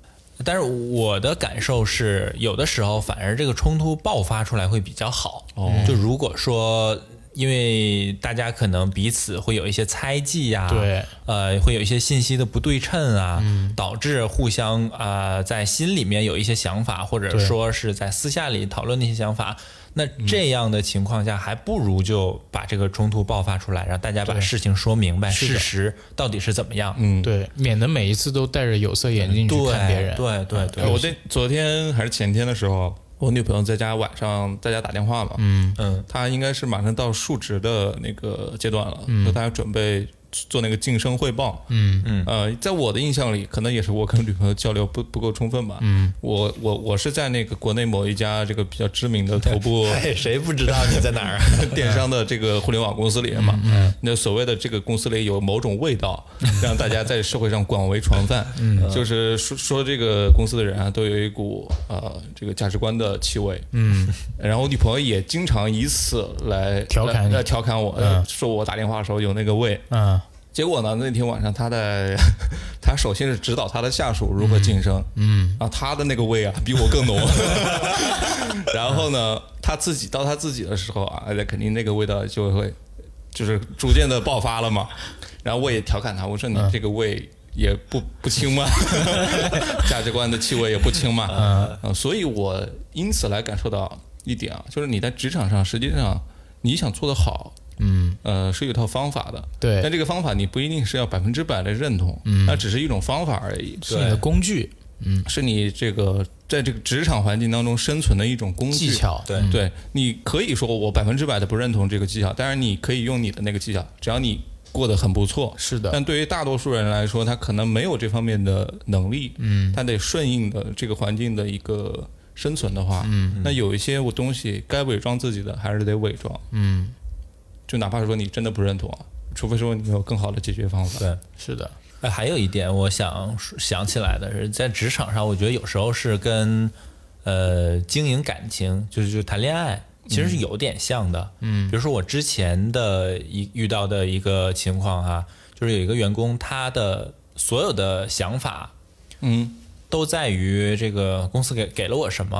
但是我的感受是，有的时候反而这个冲突爆发出来会比较好。哦，就如果说。因为大家可能彼此会有一些猜忌
啊
呀、
对，
呃，会有一些信息的不对称啊，
嗯
导致互相啊、呃在心里面有一些想法，或者
对
说是在私下里讨论那些想法。那
嗯
这样的情况下，还不如就把这个冲突爆发出来，让大家把事情说明白，
是的
事实到底是怎么样。
嗯，
对，免得每一次都戴着有色眼镜去看别人。
对对对对
哎，我那昨天还是前天的时候，我女朋友在家晚上在家打电话嘛，嗯
嗯，
她应该是马上到述职的那个阶段了，嗯，她要准备做那个晋升汇报，嗯嗯，呃，在我的印象里，可能也是我跟女朋友交流不不够充分吧，嗯，我我我是在那个国内某一家这个比较知名的头部
哎，谁不知道你在哪 儿啊？
电商的这个互联网公司里面
嗯
嘛，那所谓的这个公司里有某种味道，让大家在社会上广为传 泛，
嗯
就是说说这个公司的人啊，都有一股呃这个价值观的气味，嗯，然后我女朋友也经常以此来
调侃你
来来调侃我，说我打电话的时候有那个味，
嗯
结果呢，那天晚上他在， 他首先是指导他的下属如何晋升，嗯，然后他的那个味啊比我更浓， 然后呢，他自己到他自己的时候啊，哎肯定那个味道就会就是逐渐的爆发了嘛。然后我也调侃他，我说你这个味也不不轻嘛， 价值观的气味也不轻嘛，嗯，所以我因此来感受到一点啊，就是你在职场上实际上你想做得好，
嗯，
呃，是有一套方法的，
对嗯
但这个方法你不一定是要百分之百的认同，那只是一种方法而已，
是你的工具
是你这个在这个职场环境当中生存的一种工具
技。巧。嗯
对
对，你可以说我百分之百的不认同这个技巧，当然你可以用你的那个技巧，只要你过得很不错。
是的，
但对于大多数人来说，他可能没有这方面的能力，嗯，他得顺应的这个环境的一个生存的话，嗯，那有一些我东西该伪装自己的还是得伪装，
嗯，
就哪怕说你真的不认同，啊除非说你有更好的解决方法，
对，
是的，
哎，还有一点我想说想起来的是，在职场上，我觉得有时候是跟呃经营感情，就是就谈恋爱，其实是有点像的。嗯，比如说我之前的一遇到的一个情况哈、就是有一个员工，他的所有的想法
嗯
都在于这个公司给给了我什么，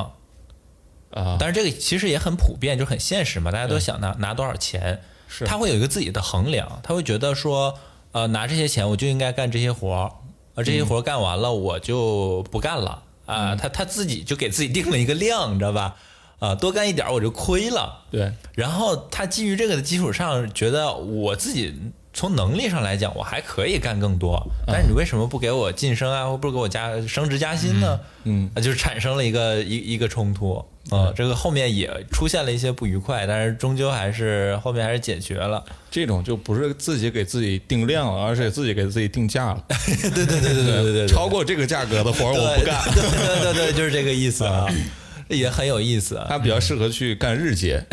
啊，嗯
但是这个其实也很普遍，就很现实嘛，大家都想拿拿多少钱，
是
他会有一个自己的衡量，他会觉得说，呃，拿这些钱我就应该干这些活儿，而这些
嗯
活儿干完了我就不干了啊、他他自己就给自己定了一个量，你知道吧？啊、多干一点儿我就亏了。
对，
然后他基于这个的基础上，觉得我自己从能力上来讲，我还可以干更多，但是你为什么不给我晋升啊，或不给我加升职加薪呢？
嗯嗯，
啊就是产生了一个一一个冲突啊、这个后面也出现了一些不愉快，但是终究还是后面还是解决了。
这种就不是自己给自己定量了，而且自己给自己定价了，
对对对对对对对对，
超过这个价格的活儿我不干，
对对对对，就是这个意思啊，也很有意思啊。
他比较适合去干日结。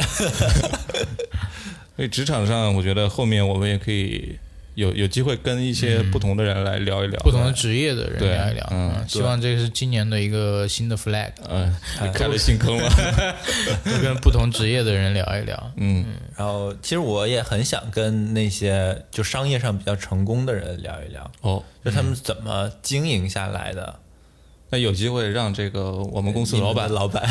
所以职场上，我觉得后面我们也可以有有机会跟一些不同的人来聊一聊，
不同的职业的人
对
聊一聊。啊
嗯
希望这个是今年的一个新的 flag，
嗯，开了新坑了，
就跟不同职业的人聊一聊。
嗯，
然后其实我也很想跟那些就商业上比较成功的人聊一聊，
哦，
就他们怎么经营下来的。
那有机会让这个我们公司老板
你们的老板，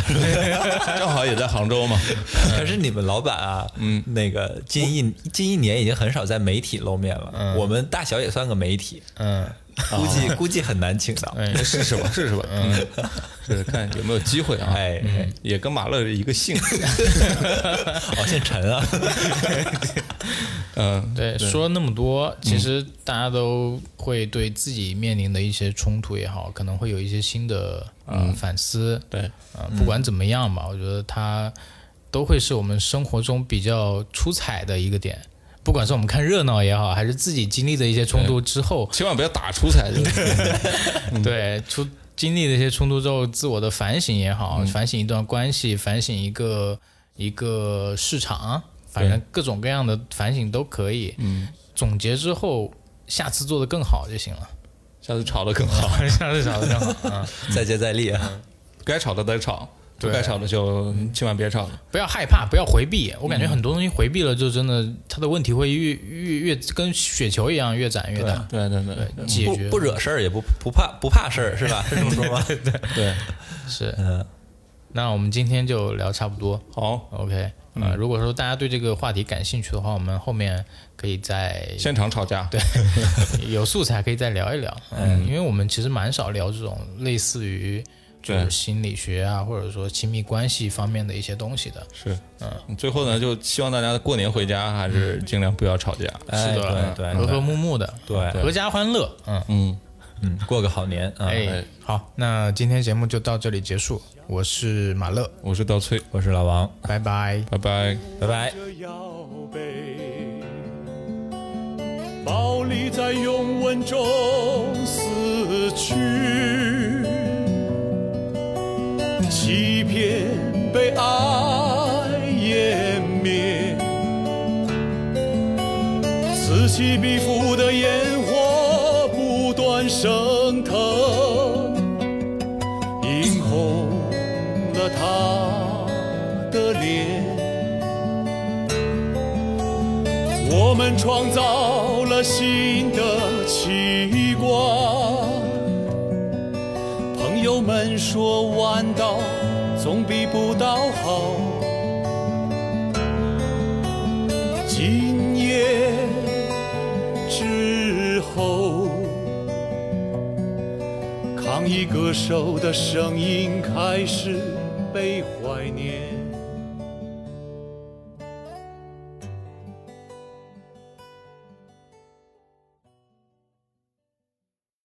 正好也在杭州嘛，
可是你们老板啊，嗯，那个近一近一年已经很少在媒体露面了。我们大小也算个媒体，
嗯，
估计、估计很难请到。
哎，
试试吧，试试吧，嗯， 试试看有没有机会啊，
哎，哎
也跟马乐一个姓，
哦，姓陈啊，
嗯，
对，说了那么多，其实大家都会对自己面临的一些冲突也好，可能会有一些新的呃反思。
对，
呃，不管怎么样吧，我觉得它都会是我们生活中比较出彩的一个点。不管是我们看热闹也好，还是自己经历的一些冲突之后，
千万不要打出彩，就是
对，出经历了一些冲突之后，自我的反省也好，反省一段关系，反省一个一个市场，反正各种各样的反省都可以。嗯，总结之后，下次做得更好就 行了。
下次吵得更 好，
下次做得更好啊！
再接再厉啊。
该吵的再吵，不
对
该吵的就嗯千万别吵了。
不要害怕，不要回避。我感觉很多东西回避了，就真的它的问题会越越越跟雪球一样越攒越大。
对对对
对，解
不
决
不惹事儿也不不怕不怕事儿是吧？是这么说吗？
对，
是。
嗯，
那我们今天就聊差不多。
好，
OK，呃，
嗯
如果说大家对这个话题感兴趣的话，我们后面可以再
现场吵架，对，
有素材可以再聊一聊，嗯，因为我们其实蛮少聊这种类似于就是
对
心理学啊，或者说亲密关系方面的一些东西的。
是，嗯，最后呢，就希望大家过年回家还是尽量不要吵架，
哎
是的，嗯
对
和
对
和睦睦的，
对对
阖家欢乐，嗯，
嗯，
嗯，过个好年啊！
哎，好，那今天节目就到这里结束，我是马乐，
我是刀崔，
我是老王，
拜拜。
拜拜。
拜拜。
着腰背，暴力在拥吻中死去，欺骗被爱湮灭，此起彼伏的烟火不断升腾，映红了他的脸。我们创造了新的奇观。朋友们说弯道总比不倒好。今夜之后，抗议歌手的声音开始被怀念。